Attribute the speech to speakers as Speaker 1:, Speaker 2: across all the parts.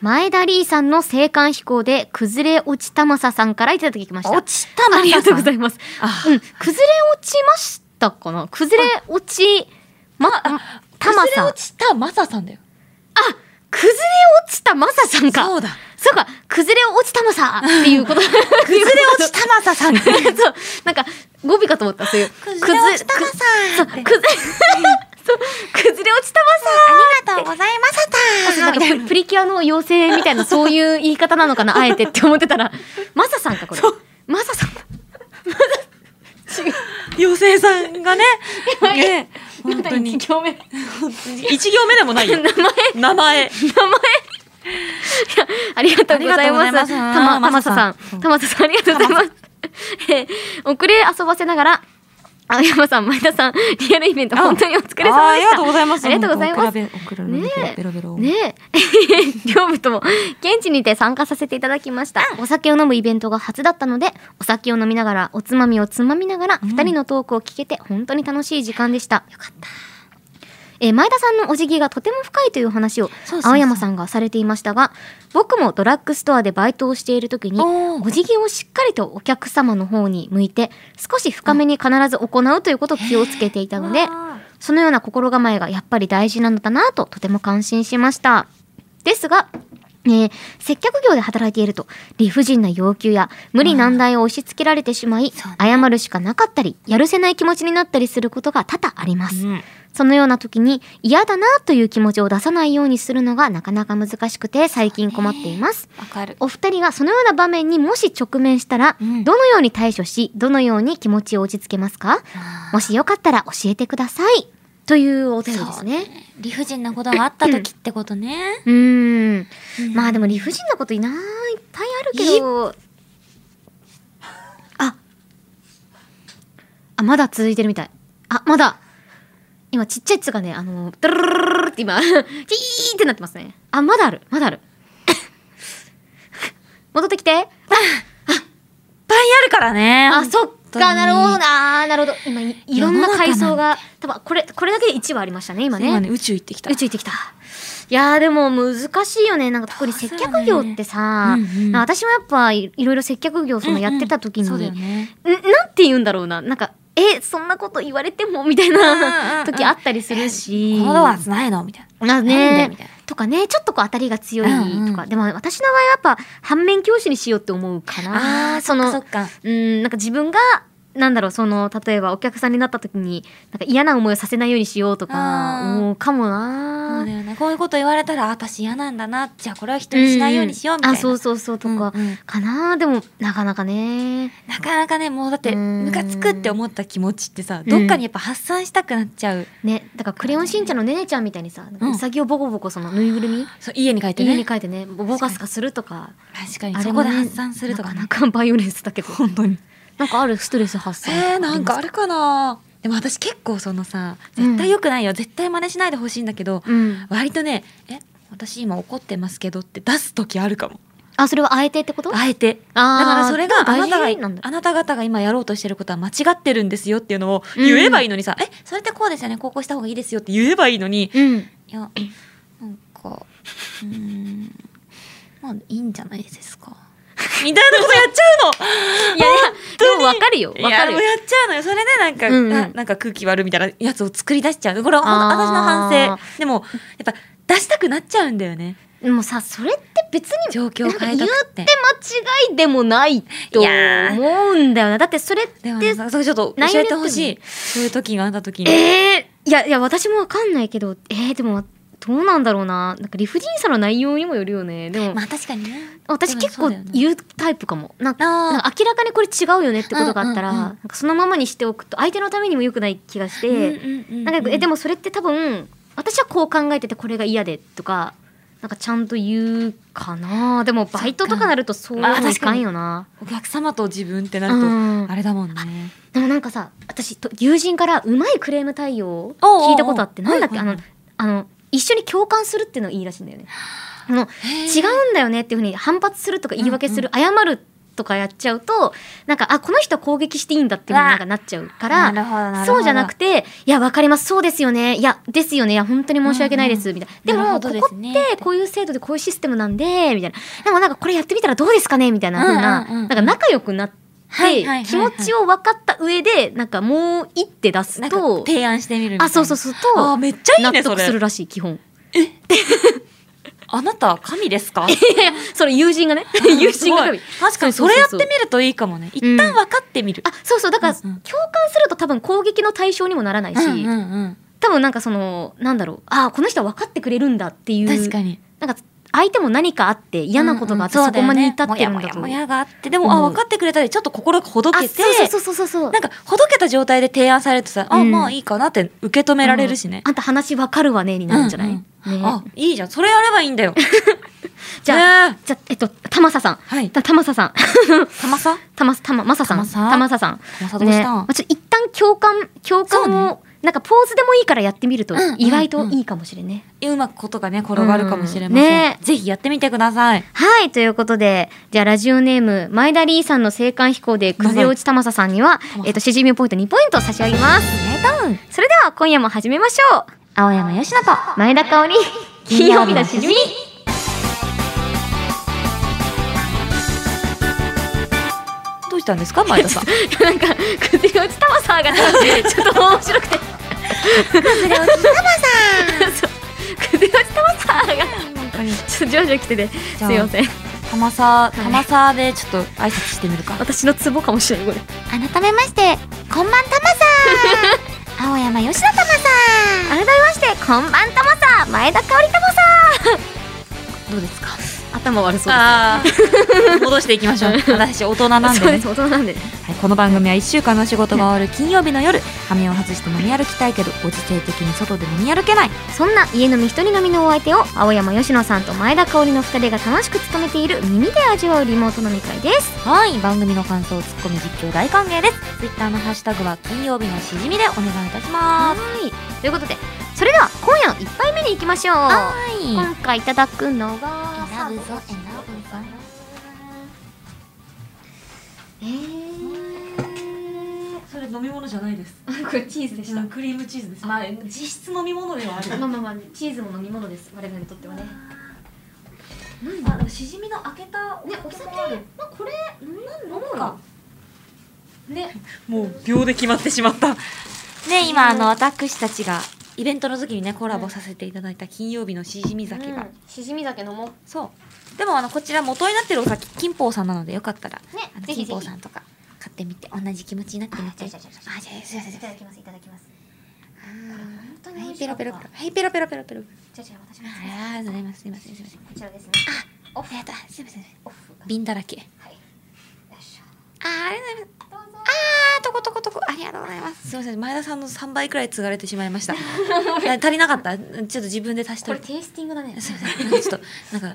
Speaker 1: 前田リーさんの青函飛行で崩れ落ちたまささんからいただきました
Speaker 2: 落ちたまささん
Speaker 1: ありがとうございます
Speaker 2: あ
Speaker 1: うん、崩れ落ちましたかな崩れ落ちまたま
Speaker 2: 崩れ
Speaker 1: さん
Speaker 2: 落ちたマサさんだよ
Speaker 1: 崩れ落ちたまささんか
Speaker 2: そうだ
Speaker 1: そうか崩れ落ちたまさっていうこと崩
Speaker 2: 崩れ落ちたマサさん崩
Speaker 1: そうなんか語尾かと思ったそういう
Speaker 2: れ落ちたマ
Speaker 1: そ
Speaker 2: サ
Speaker 1: う崩れ そう崩れ落ちたまさ
Speaker 2: ありがとうございまさ
Speaker 1: なんかププリキュアの妖精みたいなそういう言い方なのかなあえてって思ってたら マサさんかこれ
Speaker 2: そう
Speaker 1: マサさん
Speaker 2: 妖精さんがね
Speaker 1: はい
Speaker 2: ね本当に
Speaker 1: 1行目
Speaker 2: 一行目でもないよ
Speaker 1: 名前
Speaker 2: 名前
Speaker 1: ありがとうございます
Speaker 2: ありがとうございます
Speaker 1: たまたまささ
Speaker 2: うん
Speaker 1: んたまささんありがとうございますえー遅れ遊ばせながら青山さん前田さんリアルイベント本当にお疲れ
Speaker 2: あ
Speaker 1: 様
Speaker 2: あ
Speaker 1: で
Speaker 2: り
Speaker 1: し
Speaker 2: が
Speaker 1: た
Speaker 2: とうございます
Speaker 1: ありがとうございます
Speaker 2: 本当オクラベオクラベロ
Speaker 1: ねえ
Speaker 2: ベロベロベロ
Speaker 1: ね え両部とも現地にて参加させていただきました、お酒を飲むイベントが初だったのでお酒を飲みながらおつまみをつまみながら
Speaker 2: うん
Speaker 1: 2人のトークを聞けて本当に楽しい時間でした、よかったえー前田さんのお辞儀がとても深いという話を
Speaker 2: そうそうそう
Speaker 1: 青山さんがされていましたが僕もドラッグストアでバイトをしている時に
Speaker 2: おー
Speaker 1: お辞儀をしっかりとお客様の方に向いて少し深めに必ず行うということを気をつけていたので、そのような心構えがやっぱり大事なのだなととても感心しました。ですが、えー接客業で働いていると理不尽な要求や無理難題を押し付けられてしまい、謝るしかなかったりやるせない気持ちになったりすることが多々あります、
Speaker 2: うん
Speaker 1: そのような時に嫌だなという気持ちを出さないようにするのがなかなか難しくて最近困っています、
Speaker 2: わかる
Speaker 1: お二人がそのような場面にもし直面したら、
Speaker 2: うん
Speaker 1: どのように対処しどのように気持ちを落ち着けますかもしよかったら教えてくださいというお便りですね。
Speaker 2: 理不尽なことがあった時ってことね
Speaker 1: うーん
Speaker 2: うん
Speaker 1: まあでも理不尽なこといないいっぱいあるけどああまだ続いてるみたいあまだ今ちっちゃいやつがねあのドゥルルルルルって今 ヒーってなってますねあまだあるまだある 戻ってきて
Speaker 2: いっぱいあるからね
Speaker 1: あ、そっか、なるほどな。あーなるほど。今、いいろんな階層が、多分これ、これだけで1はありましたね、今
Speaker 2: ね今ね
Speaker 1: ね。
Speaker 2: 宇宙行ってきた
Speaker 1: 宇宙行ってきた。いやーでも難しいよね。なんか特に接客業ってさ、
Speaker 2: そうだよねうんうん
Speaker 1: なんか私もやっぱいいろいろ接客業そ
Speaker 2: うんう
Speaker 1: の
Speaker 2: ん
Speaker 1: やってた時に、
Speaker 2: そうだよね
Speaker 1: んなんて言うんだろうな。なんか、え、そんなこと言われてもみたい
Speaker 2: うんうんう
Speaker 1: なん時あったりするし。
Speaker 2: このドアつないのみたい
Speaker 1: な
Speaker 2: なんで
Speaker 1: ね
Speaker 2: みたいな
Speaker 1: とかね、ちょっとこう当たりが強いとか、
Speaker 2: うんうん
Speaker 1: でも私の場合はやっぱ反面教師にしようって思うか
Speaker 2: な
Speaker 1: な。その
Speaker 2: そっかそっか
Speaker 1: うん、なんか自分が、なんだろう、その、例えばお客さんになった時に、なんか嫌な思いをさせないようにしようと
Speaker 2: あー
Speaker 1: か、思うかも
Speaker 2: そう
Speaker 1: な
Speaker 2: だよねこういうこと言われたらあ私嫌なんだなじゃあこれは人にしないようにしようみたいな
Speaker 1: あ、そうそうそうとか、
Speaker 2: うんうん
Speaker 1: かなでも、なかなかね。
Speaker 2: なかなかねもうだって
Speaker 1: うん
Speaker 2: ムカつくって思った気持ちってさどっかにやっぱ発散したくなっちゃう、
Speaker 1: ね、だからクレヨンしんちゃんのねねちゃんみたいにさ、なんかうさぎをボコボコそのぬいぐるみ、
Speaker 2: そう家に帰って
Speaker 1: 家
Speaker 2: ね
Speaker 1: に書いてね、ボボカスカするとか、
Speaker 2: 確かに
Speaker 1: あ
Speaker 2: そ
Speaker 1: れ
Speaker 2: こ
Speaker 1: も
Speaker 2: で
Speaker 1: ね
Speaker 2: 発散するとかね
Speaker 1: なかなかバイオレンスだけど、
Speaker 2: 本当に
Speaker 1: なんかあるストレス発散と
Speaker 2: えー、
Speaker 1: ります
Speaker 2: なんかあるかなでも私結構そのさ絶対良くないよ、絶対真似しないでほしいんだけど、
Speaker 1: うん。
Speaker 2: 割とねえ私今怒ってますけどって出す時あるかも
Speaker 1: あ、それはあえてってこと
Speaker 2: あえて
Speaker 1: あー
Speaker 2: だからそれがあ
Speaker 1: でも
Speaker 2: なた
Speaker 1: 大事な
Speaker 2: が
Speaker 1: んだ
Speaker 2: あなた方が今やろうとしてることは間違ってるんですよっていうのを言えばいいのにさ、えそれってこうですよねこうこうした方がいいですよって言えばいいのに、
Speaker 1: うん。
Speaker 2: いやなんかうーんまあいいんじゃないですかみたいなことやっちゃうの
Speaker 1: いやいや、でもわかるよ。
Speaker 2: い
Speaker 1: わか
Speaker 2: や
Speaker 1: る
Speaker 2: も
Speaker 1: よ
Speaker 2: う。やっちゃうのよそれでなんか、
Speaker 1: うんうん
Speaker 2: あなんか空気悪いみたいなやつを作り出しちゃうこれは本
Speaker 1: あー
Speaker 2: 当私の反省でもやっぱ出したくなっちゃうんだよね
Speaker 1: でもさそれって別に
Speaker 2: 状況を変えたくって
Speaker 1: で間違いでもないと
Speaker 2: い
Speaker 1: 思
Speaker 2: やー
Speaker 1: うんだよなだってそれって
Speaker 2: でもねそれちょっと教えてほしいそういう時があった時に、
Speaker 1: えー、いやいや私もわかんないけどえー、でもどうなんだろうななんか理不尽さの内容にもよるよねでも、
Speaker 2: まあ確かにね
Speaker 1: 私結構
Speaker 2: でもそうだよ
Speaker 1: 言
Speaker 2: ね
Speaker 1: うタイプかもなんか
Speaker 2: あー
Speaker 1: なんか明らかにこれ違うよねってことがあったら、
Speaker 2: うんうんうん
Speaker 1: なんかそのままにしておくと相手のためにも良くない気がして、
Speaker 2: うんうん
Speaker 1: なんかえで
Speaker 2: も
Speaker 1: もそれって多分私はこう考えててこれが嫌でとかなんかちゃんと言うかなでもバイトとかなるとそういう
Speaker 2: まあ
Speaker 1: のい
Speaker 2: 確か
Speaker 1: か
Speaker 2: に
Speaker 1: んよな、
Speaker 2: お客様と自分ってなると、
Speaker 1: うん
Speaker 2: あれだもんね
Speaker 1: でもなんかさ私と友人からうまいクレーム対応を
Speaker 2: おうおうおう
Speaker 1: 聞いたことあってなんだっけ
Speaker 2: は
Speaker 1: あ
Speaker 2: いはい
Speaker 1: の
Speaker 2: はい
Speaker 1: あの一緒に共感するっていうのがいいらしいんだよねあの
Speaker 2: へー
Speaker 1: 違うんだよねっていうふうに反発するとか言い訳する、謝るとかやっちゃうとなんかあこの人攻撃していいんだっていう風になんかなっちゃうから
Speaker 2: なるほどなるほど
Speaker 1: そうじゃなくて「いやわかりますそうですよねいやですよねいや本当に申し訳ないです」みたいな「
Speaker 2: なるほ
Speaker 1: で
Speaker 2: ど
Speaker 1: も
Speaker 2: で
Speaker 1: こ
Speaker 2: す
Speaker 1: こ
Speaker 2: ね
Speaker 1: ってこういう制度でこういうシステムなんで」みたいな「でもなんかこれやってみたらどうですかね」みたいな風な,、
Speaker 2: うんうんうんう
Speaker 1: なん
Speaker 2: ん
Speaker 1: か仲良くなって。
Speaker 2: はいはいはいはい
Speaker 1: 気持ちを分かった上でなんかもう一手出す
Speaker 2: なんか
Speaker 1: と
Speaker 2: 提案してみるみたいな
Speaker 1: あそうそうそう
Speaker 2: あ
Speaker 1: と
Speaker 2: ーめっちゃいい
Speaker 1: 納
Speaker 2: ねそ
Speaker 1: 得する
Speaker 2: れ
Speaker 1: らしい基本
Speaker 2: あなたは神ですか
Speaker 1: いやいやそれ友人がね友人が
Speaker 2: すごい確かにそれやってみるといいかもね一旦分かってみる、
Speaker 1: あそうそうだから
Speaker 2: うんう
Speaker 1: 共
Speaker 2: ん
Speaker 1: 感すると多分攻撃の対象にもならないし、
Speaker 2: うんうん
Speaker 1: 多分なんかそのなんだろうあーこの人は分かってくれるんだっていう
Speaker 2: うん、確かに
Speaker 1: なんか相手も何かあって嫌なことがあって
Speaker 2: うんうん
Speaker 1: そこまで至ってるん
Speaker 2: そ
Speaker 1: だ
Speaker 2: うよね
Speaker 1: と
Speaker 2: も
Speaker 1: 思
Speaker 2: やもやも
Speaker 1: う。
Speaker 2: やがあってでも、あ
Speaker 1: 思う
Speaker 2: 分かってくれたりちょっと心がほど
Speaker 1: あ
Speaker 2: けて
Speaker 1: そうそうそうそうそう
Speaker 2: なんかほどけた状態で提案されるとさ、
Speaker 1: う
Speaker 2: あ
Speaker 1: ん
Speaker 2: まあいいかなって受け止められるしね
Speaker 1: うん、あんた話分かるわねになるんじゃない、
Speaker 2: うん
Speaker 1: ね
Speaker 2: あいいじゃんそれやればいいん だよ
Speaker 1: じゃあ
Speaker 2: ね
Speaker 1: じゃあえっと玉佐さん
Speaker 2: えはい
Speaker 1: た玉佐さん
Speaker 2: 玉さ
Speaker 1: 玉玉まささん
Speaker 2: 玉佐
Speaker 1: 玉佐さん
Speaker 2: 玉さどうし
Speaker 1: ね
Speaker 2: たん、
Speaker 1: まあちょっと一旦共感共感
Speaker 2: そう
Speaker 1: を、なんかポーズでもいいからやってみると
Speaker 2: うんうんうん
Speaker 1: 意外といいかもしれんね、
Speaker 2: うまくことがね転がるかもしれません、
Speaker 1: うんね
Speaker 2: ぜひやってみてください
Speaker 1: はい、ということで、じゃあラジオネーム、前田リーさんの青函飛行で崩れ落ちたまささんには
Speaker 2: 長い、
Speaker 1: えっと、しじみポイント2ポイント差し上げます。それでは今夜も始めましょう。
Speaker 2: 青山よしと
Speaker 1: 前田香織、金曜日のしじみ。
Speaker 2: どうしたんですか前田さん
Speaker 1: なんか、崩れ落ちたまさんが、ちょっと面白くて。 崩れ落ちたまさん崩れ落ちたまさんが、ちょっと徐々に来てて、す
Speaker 2: じゃあ
Speaker 1: いません。
Speaker 2: 玉さ玉さでちょっと挨拶してみるか
Speaker 1: 私のツボかもしれない、これ。
Speaker 2: 改めましてこんばんたま さん青山よしとまさ
Speaker 1: 改めまして、こんばんたまさん、前田香織たまさ
Speaker 2: んどうですか
Speaker 1: ん。頭悪そう
Speaker 2: ああ戻していきましょう私大人なんで
Speaker 1: です。
Speaker 2: ね
Speaker 1: そうです、大人なんでね。
Speaker 2: はい、この番組は1週間の仕事が終わる金曜日の夜羽目を外して飲み歩きたいけどご時世的に外で飲み歩けない
Speaker 1: そんな家飲み一人飲みのお相手を青山佳乃さんと前田香織の2人が楽しく務めている耳で味わうリモート飲み会です
Speaker 2: はい番組の感想ツッコミ実況大歓迎ですツイッターのハッシュタグは金曜日のしじみでお願いいたしま
Speaker 1: は
Speaker 2: す
Speaker 1: ーいということでそれでは今夜1杯目に行きましょう
Speaker 2: い
Speaker 1: 今回いただくのが
Speaker 2: 選ぶぞ選ぶぞ
Speaker 1: えー
Speaker 2: それ飲み物じゃないです
Speaker 1: これチーズで
Speaker 2: クリームチーズですまあ実質飲み物ではあ
Speaker 1: まあまあまあチーズも飲み物です我々にとってはねなん
Speaker 2: あしじみの開けた
Speaker 1: ねお酒まあこれなん飲むかね
Speaker 2: もう秒で決まってしまったね今あの私たちがイベントの時にねコラボさせていただいた金曜日のしじみ酒が、
Speaker 1: うんしじみ酒飲もう
Speaker 2: そうでもあのこちら元になってるお酒金宝さんなのでよかったら、
Speaker 1: ね
Speaker 2: あの
Speaker 1: ぜひぜひ
Speaker 2: 金宝さんとか買ってみて同じ気持ちになってみて
Speaker 1: あじゃあじゃあじゃあ
Speaker 2: あじゃあすいません
Speaker 1: い
Speaker 2: すいま
Speaker 1: ただ
Speaker 2: せん
Speaker 1: きますいただきますこれ本当に美
Speaker 2: は
Speaker 1: 味
Speaker 2: いペ
Speaker 1: しかっ
Speaker 2: ロ
Speaker 1: た
Speaker 2: ペロペロはいペロペロペロペロ
Speaker 1: じゃあじゃあ私もこ
Speaker 2: ありがとうございますすいませんすいません
Speaker 1: ちらですね
Speaker 2: あっやったすいません
Speaker 1: オフが
Speaker 2: 瓶だらけ
Speaker 1: はいよいしょ
Speaker 2: あーありがとうございます
Speaker 1: どうぞ
Speaker 2: あーとことことこありがとうございますすいません前田さんの3倍くらい継がれてしまいま したな足りなかったちょっと自分で足し
Speaker 1: これ
Speaker 2: て
Speaker 1: テイスティングだね
Speaker 2: すいませんなんかちょっとなんか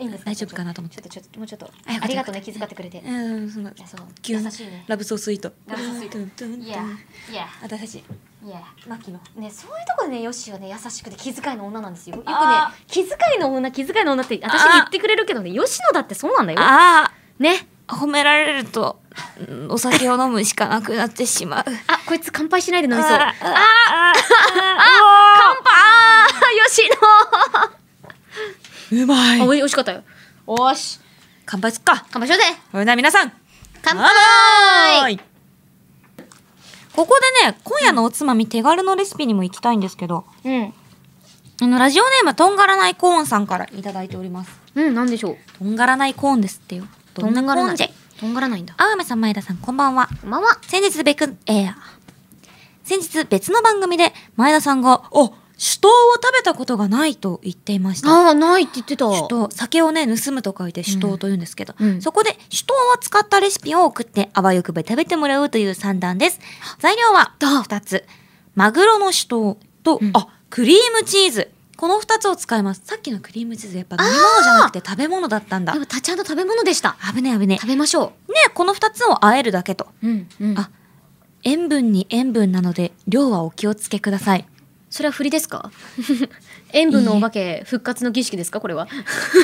Speaker 1: いいんです
Speaker 2: 大丈夫かなと思って
Speaker 1: ちょっとちょっともうちょっと
Speaker 2: あよかった
Speaker 1: ありがとうね気遣ってくれて
Speaker 2: あうんそんない
Speaker 1: やそう
Speaker 2: 急
Speaker 1: 優
Speaker 2: に
Speaker 1: しいね
Speaker 2: ラブソースイート
Speaker 1: ラブソースイート
Speaker 2: トゥントゥント
Speaker 1: い
Speaker 2: ゥ
Speaker 1: や
Speaker 2: ン
Speaker 1: いや
Speaker 2: 私たち
Speaker 1: いや
Speaker 2: マキの
Speaker 1: ねそういうところでねよしはね優しくて気遣いの女なんですよよくね
Speaker 2: あ
Speaker 1: 気遣いの女気遣いの女って私に言ってくれるけどねよしのだってそうなんだよ
Speaker 2: あ
Speaker 1: ね
Speaker 2: あ褒められるとうんお酒を飲むしかなくなってしま
Speaker 1: あ
Speaker 2: う
Speaker 1: こいつ乾杯しないで飲みそう
Speaker 2: あ
Speaker 1: 乾
Speaker 2: あああ
Speaker 1: 杯よし
Speaker 2: うま
Speaker 1: の
Speaker 2: い
Speaker 1: おい美味しかったよ
Speaker 2: おし乾杯すっか
Speaker 1: 乾杯しようぜ
Speaker 2: それでは皆さん
Speaker 1: 乾
Speaker 2: は
Speaker 1: 杯
Speaker 2: ーいここでね今夜のおつまみ手軽のレシピにも行きたいんですけど
Speaker 1: うん
Speaker 2: あのラジオネームとんがらないコーンさんからいただいております
Speaker 1: うん、なんでしょう。
Speaker 2: とんがらないコーンですってよどんなコーンじゃい
Speaker 1: とんがらないんだ。
Speaker 2: 青山さん前田さんこんばんは
Speaker 1: まあまあ。
Speaker 2: 先日別、えー先日別の番組で前田さんが、あ、酒盗を食べたことがないと言っていました。
Speaker 1: ああ、ないって言ってた。
Speaker 2: 酒盗、酒をね、盗むと書いて酒盗と言うんですけど、
Speaker 1: うんうん
Speaker 2: そこで酒盗を使ったレシピを送って、あわよくば食べてもらうという算段です。材料は、2つ。マグロの酒盗と、
Speaker 1: うん
Speaker 2: あ、クリームチーズ。この2つを使います。さっきのクリームチーズ、やっぱ飲み物じゃなくて食べ物だったんだ
Speaker 1: で。も、たちゃんと食べ物でした。
Speaker 2: 危ねえ危ね
Speaker 1: 食べましょ
Speaker 2: え。ねえこの2つを和えるだけと。
Speaker 1: う。うん、うん
Speaker 2: あ塩分に塩分なので量はお気をつけください
Speaker 1: それは振りですか。 塩分のお化け、復活の儀式ですか、これは。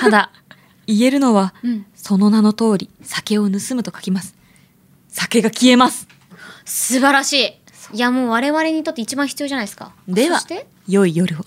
Speaker 2: ただ 言えるのは
Speaker 1: うん。
Speaker 2: その名の通り、酒を盗むと書きます。酒が消えます。
Speaker 1: 素晴らしいいやもう我々にとって一番必要じゃないですか
Speaker 2: では
Speaker 1: そして、
Speaker 2: 良い夜を。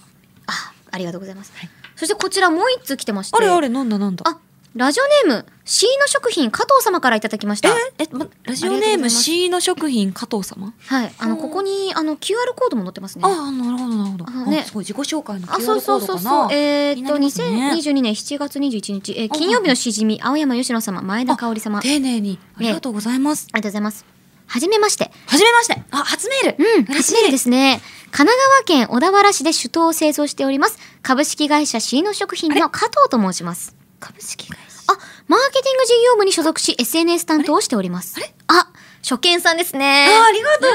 Speaker 1: あありがとうございます、
Speaker 2: はい
Speaker 1: そしてこちらもう一通来てまして
Speaker 2: あれあれ、なんだなんだ。
Speaker 1: あラジオネーム C の食品加藤様からいただきました
Speaker 2: え、え、ま、ラジオネーム C の食品加藤様
Speaker 1: はいあの
Speaker 2: うん
Speaker 1: ここにあの QR コードも載ってますね
Speaker 2: ああ、なるほど、なるほど。
Speaker 1: あ
Speaker 2: あ、
Speaker 1: ね
Speaker 2: すごい、自己紹介の QR コードか
Speaker 1: あ
Speaker 2: な。
Speaker 1: そうそうそうそうえーっと、
Speaker 2: 気になりますね
Speaker 1: 2022年7月21日、えー金曜日のしじみ青山吉野様前田香織様あり
Speaker 2: 丁寧に。ありがとうございます。
Speaker 1: がとうございますはじめまして
Speaker 2: はじめまして。あ、初メール。
Speaker 1: うん、
Speaker 2: 嬉し
Speaker 1: 初め
Speaker 2: い
Speaker 1: てですね。神奈川県小田原市で酒盗を製造しております。株式会社 C の食品の加藤と申します。
Speaker 2: 株式会社。
Speaker 1: あ、マーケティング事業部に所属し SNS 担当をしております。あ初見さんですね。
Speaker 2: あ、ありがとうござ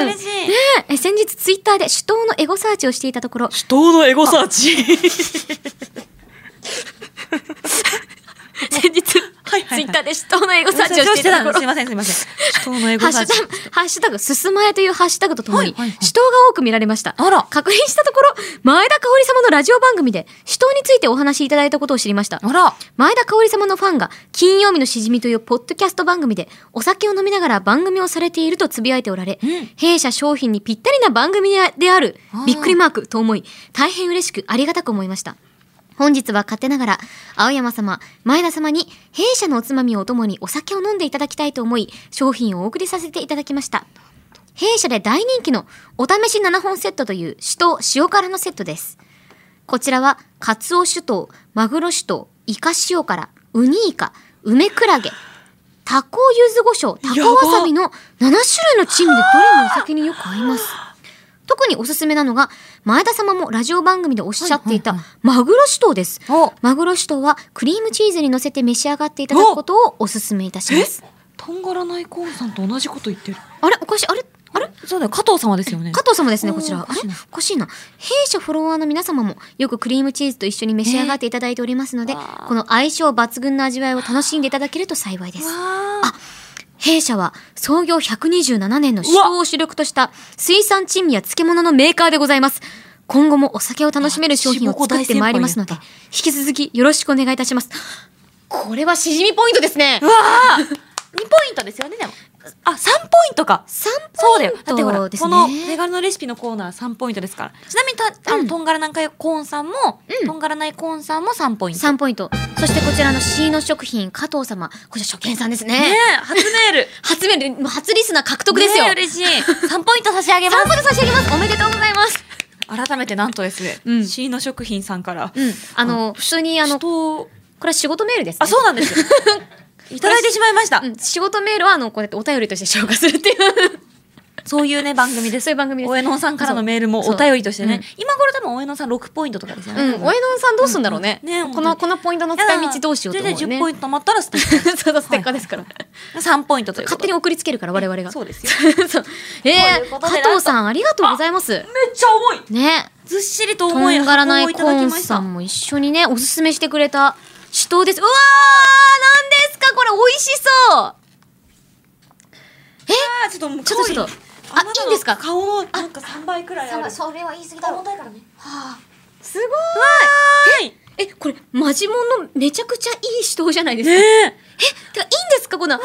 Speaker 2: い
Speaker 1: うん
Speaker 2: ます。嬉しい。
Speaker 1: ねえ先日ツイッターで酒盗のエゴサーチをしていたところ、
Speaker 2: 主導のエゴサー チ。
Speaker 1: 先日ツ
Speaker 2: はい
Speaker 1: イッターで酒盗のエゴサーチをしてい
Speaker 2: た
Speaker 1: たと
Speaker 2: の
Speaker 1: こ
Speaker 2: すい
Speaker 1: ろ、
Speaker 2: ませんすいません。 主導のエ
Speaker 1: ハッシ
Speaker 2: ゴサー
Speaker 1: ュタ
Speaker 2: チ。
Speaker 1: グ、ハッシュタグ、すすまえというハッシュタグとともに、
Speaker 2: はいはいはい
Speaker 1: 酒盗が多く見られました。
Speaker 2: あら。
Speaker 1: 確認したところ、前田香織様のラジオ番組で、酒盗についてお話しいただいたことを知りました。
Speaker 2: あら。
Speaker 1: 前田香織様のファンが金曜日のしじみというポッドキャスト番組でお酒を飲みながら番組をされているとつぶやいておられ、
Speaker 2: うん
Speaker 1: 弊社商品にぴったりな番組である
Speaker 2: あー
Speaker 1: びっくりマークと思い大変嬉しくありがたく思いました本日は勝手ながら青山様前田様に弊社のおつまみをお供にお酒を飲んでいただきたいと思い商品をお送りさせていただきました弊社で大人気のお試し7本セットという酒と塩辛のセットですこちらは、カツオ酒と、マグロ酒と、イカ塩辛、ウニイカ、梅クラゲ、タコ柚子胡椒、タコわさびの7種類のチームでどれもお酒によく合います。特におすすめなのが、前田様もラジオ番組でおっしゃっていた
Speaker 2: はいは、
Speaker 1: マグロ酒とです。
Speaker 2: お。
Speaker 1: マグロ酒とは、クリームチーズに乗せて召し上がっていただくことをおすすめいたします。
Speaker 2: とんがらないコーンさんと同じこと言ってる。
Speaker 1: あれおかしい、あれあれ
Speaker 2: そうだよ加藤様ですよね。
Speaker 1: 加藤様ですね、こち
Speaker 2: お
Speaker 1: ら。
Speaker 2: ー
Speaker 1: あれ
Speaker 2: おかしいな
Speaker 1: おかしいな。弊社フォロワーの皆様も、よくクリームチーズと一緒に召し上がっていただいておりますので、
Speaker 2: ねわあ
Speaker 1: この相性抜群の味わいを楽しんでいただけると幸いです。
Speaker 2: わあ。
Speaker 1: 弊社は、創業127年の酒
Speaker 2: う
Speaker 1: 造を主力とした、水産珍味や漬物のメーカーでございます。今後もお酒を楽しめる商品を作ってまいりますので
Speaker 2: あ、
Speaker 1: 引き続きよろしくお願いいたします。これはしじみポイントですね
Speaker 2: う。わあ。二ポイントですよねでも。あ、三ポイントか。
Speaker 1: 3
Speaker 2: そう
Speaker 1: ポ
Speaker 2: だ
Speaker 1: イン
Speaker 2: よ。だってほ
Speaker 1: ト
Speaker 2: ら、
Speaker 1: です
Speaker 2: こ
Speaker 1: ね。
Speaker 2: の手軽のレシピのコーナー3ポイントですから。ちなみにた、あ
Speaker 1: う
Speaker 2: の、
Speaker 1: ん
Speaker 2: とんがらなんかコーンさんも、
Speaker 1: うん
Speaker 2: とんがらないコーンさんも3ポイント。
Speaker 1: 3ポイント。そしてこちらの C の食品、加藤様。こちら初見さんですね。
Speaker 2: ねえ、初メール。
Speaker 1: 初めて、もう初リスナー獲得ですよ。
Speaker 2: ね
Speaker 1: 3
Speaker 2: え嬉しい。3ポイント差し上げます。
Speaker 1: ポイント差し上げます。おめでとうございます。
Speaker 2: 改めてなんとですね、
Speaker 1: うん
Speaker 2: C の食品さんから、
Speaker 1: うん。あの、普通に、あの、こ
Speaker 2: 人を
Speaker 1: れは仕事メールです、ね。
Speaker 2: あ、そうな んですよ。いただいてしまいました。
Speaker 1: うん仕事メールは、あの、こうやってお便りとして消化するっていう。
Speaker 2: そういうね、番組です。
Speaker 1: そういう番組です
Speaker 2: おえのんさんからのメールも
Speaker 1: そう
Speaker 2: お便りとしてね
Speaker 1: そ、
Speaker 2: 今頃多分おえのんさん6ポイントとかですよね。
Speaker 1: うん。おえのんさんどうすんだろうね。
Speaker 2: うんね
Speaker 1: この、このポイントの使い道どうしようと
Speaker 2: と
Speaker 1: 思うね。
Speaker 2: 10ポイント貯まったらステッカ ー。
Speaker 1: そうだ、ステッカーですから。
Speaker 2: 3ポイントというこ
Speaker 1: 勝
Speaker 2: と
Speaker 1: 手
Speaker 2: で。
Speaker 1: に送りつけるから、我々が。
Speaker 2: そうですよ。
Speaker 1: そう。え
Speaker 2: という
Speaker 1: ー、
Speaker 2: ことで
Speaker 1: 加藤さん、ありがとうございます。
Speaker 2: めっちゃ重い
Speaker 1: ね。
Speaker 2: ずっしりと
Speaker 1: と
Speaker 2: 重い
Speaker 1: んがらないコ
Speaker 2: 箱をいた
Speaker 1: ー
Speaker 2: だ
Speaker 1: ン
Speaker 2: きまし
Speaker 1: さ
Speaker 2: た。
Speaker 1: んも一緒にね、おすすめしてくれた酒盗です。うわー何ですかこれ美味しそう
Speaker 2: あーちょっともう
Speaker 1: ちょっとちょっとあ
Speaker 2: なたの
Speaker 1: いいんですか
Speaker 2: 顔のなんか3倍くらいある。
Speaker 1: それは言い過ぎ
Speaker 2: 重たいからね。
Speaker 1: すごい
Speaker 2: はい。
Speaker 1: え、これ、マジモンのめちゃくちゃいい酒盗じゃないですか。
Speaker 2: ねえ。
Speaker 1: てか、いいんですかこんな、初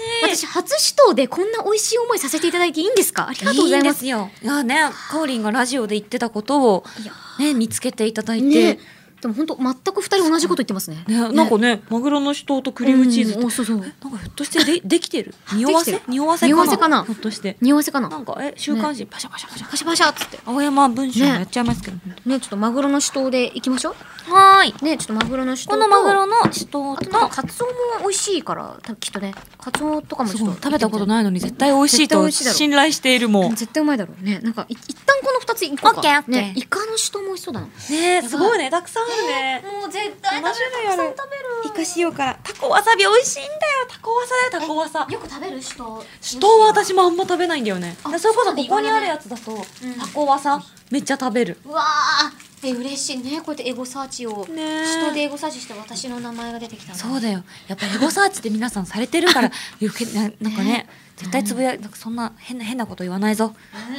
Speaker 1: の、
Speaker 2: 嬉し
Speaker 1: 私、
Speaker 2: い
Speaker 1: 初酒盗でこんな美味しい思いさせていただいていいんですかありがとうございます。
Speaker 2: いいんですよ。いやね、カオリンがラジオで言ってたことを
Speaker 1: いや
Speaker 2: ね、見つけていただいて、
Speaker 1: ね
Speaker 2: ね、
Speaker 1: でも本当全く二人同じこと言ってますね。
Speaker 2: なんかね、マグロの人とクリームチーズって、
Speaker 1: うんおそうそう。
Speaker 2: なんかひょっとしてで できてる匂わ
Speaker 1: で
Speaker 2: せ
Speaker 1: きてる
Speaker 2: 匂わせ
Speaker 1: 匂わせかな
Speaker 2: ひょっとして。
Speaker 1: 匂わせか
Speaker 2: な
Speaker 1: なん
Speaker 2: か、え、週刊誌、パシャパシャパシャ。
Speaker 1: パシャパシャっつって。
Speaker 2: 青山文章も
Speaker 1: ね
Speaker 2: やっちゃいますけど。
Speaker 1: ね、ちょっとマグロの酒盗でいきましょ
Speaker 2: はーい。
Speaker 1: う。ね、ちょっとマグロの酒盗
Speaker 2: ことのマグロの首頭
Speaker 1: あと
Speaker 2: と
Speaker 1: なん
Speaker 2: の、
Speaker 1: かカツオも美味しいから多分きっとねカツオとかもちょっ
Speaker 2: そう
Speaker 1: と
Speaker 2: 食べたこと
Speaker 1: い
Speaker 2: ないのに絶対美味しいと
Speaker 1: 絶対美味しいだろう
Speaker 2: 信頼しているもん。
Speaker 1: 絶対うまいだろうねなんかい一旦この二ついこうか
Speaker 2: オッケーオッケー
Speaker 1: ねイカの酒盗も美味しそうだなも
Speaker 2: ねえ、すごいね、たくさんあるね。
Speaker 1: う絶対
Speaker 2: 食べる
Speaker 1: た
Speaker 2: た
Speaker 1: く
Speaker 2: く
Speaker 1: さ
Speaker 2: さ
Speaker 1: ん
Speaker 2: ん
Speaker 1: 食
Speaker 2: 食
Speaker 1: べ
Speaker 2: イ
Speaker 1: る
Speaker 2: カ塩から、タコわさび美味しいんだよ、タコわさだよ、タコわさ。
Speaker 1: よく食べる人
Speaker 2: 人は私もあんま食べないんだよね
Speaker 1: あ
Speaker 2: それこ
Speaker 1: そうな
Speaker 2: そ
Speaker 1: んだ
Speaker 2: ここにあるやつだと、
Speaker 1: ん
Speaker 2: タコワさめっちゃ食べる
Speaker 1: うわーえ嬉しいねこうやってエゴサーチを
Speaker 2: ねえ
Speaker 1: 酒盗でエゴサーチして私の名前が出てきたんだ
Speaker 2: そうだよやっぱエゴサーチって皆さんされてるから余計ななんかね
Speaker 1: ね
Speaker 2: 絶対つぶやなんかそんな変な変なこと言わないぞ
Speaker 1: うん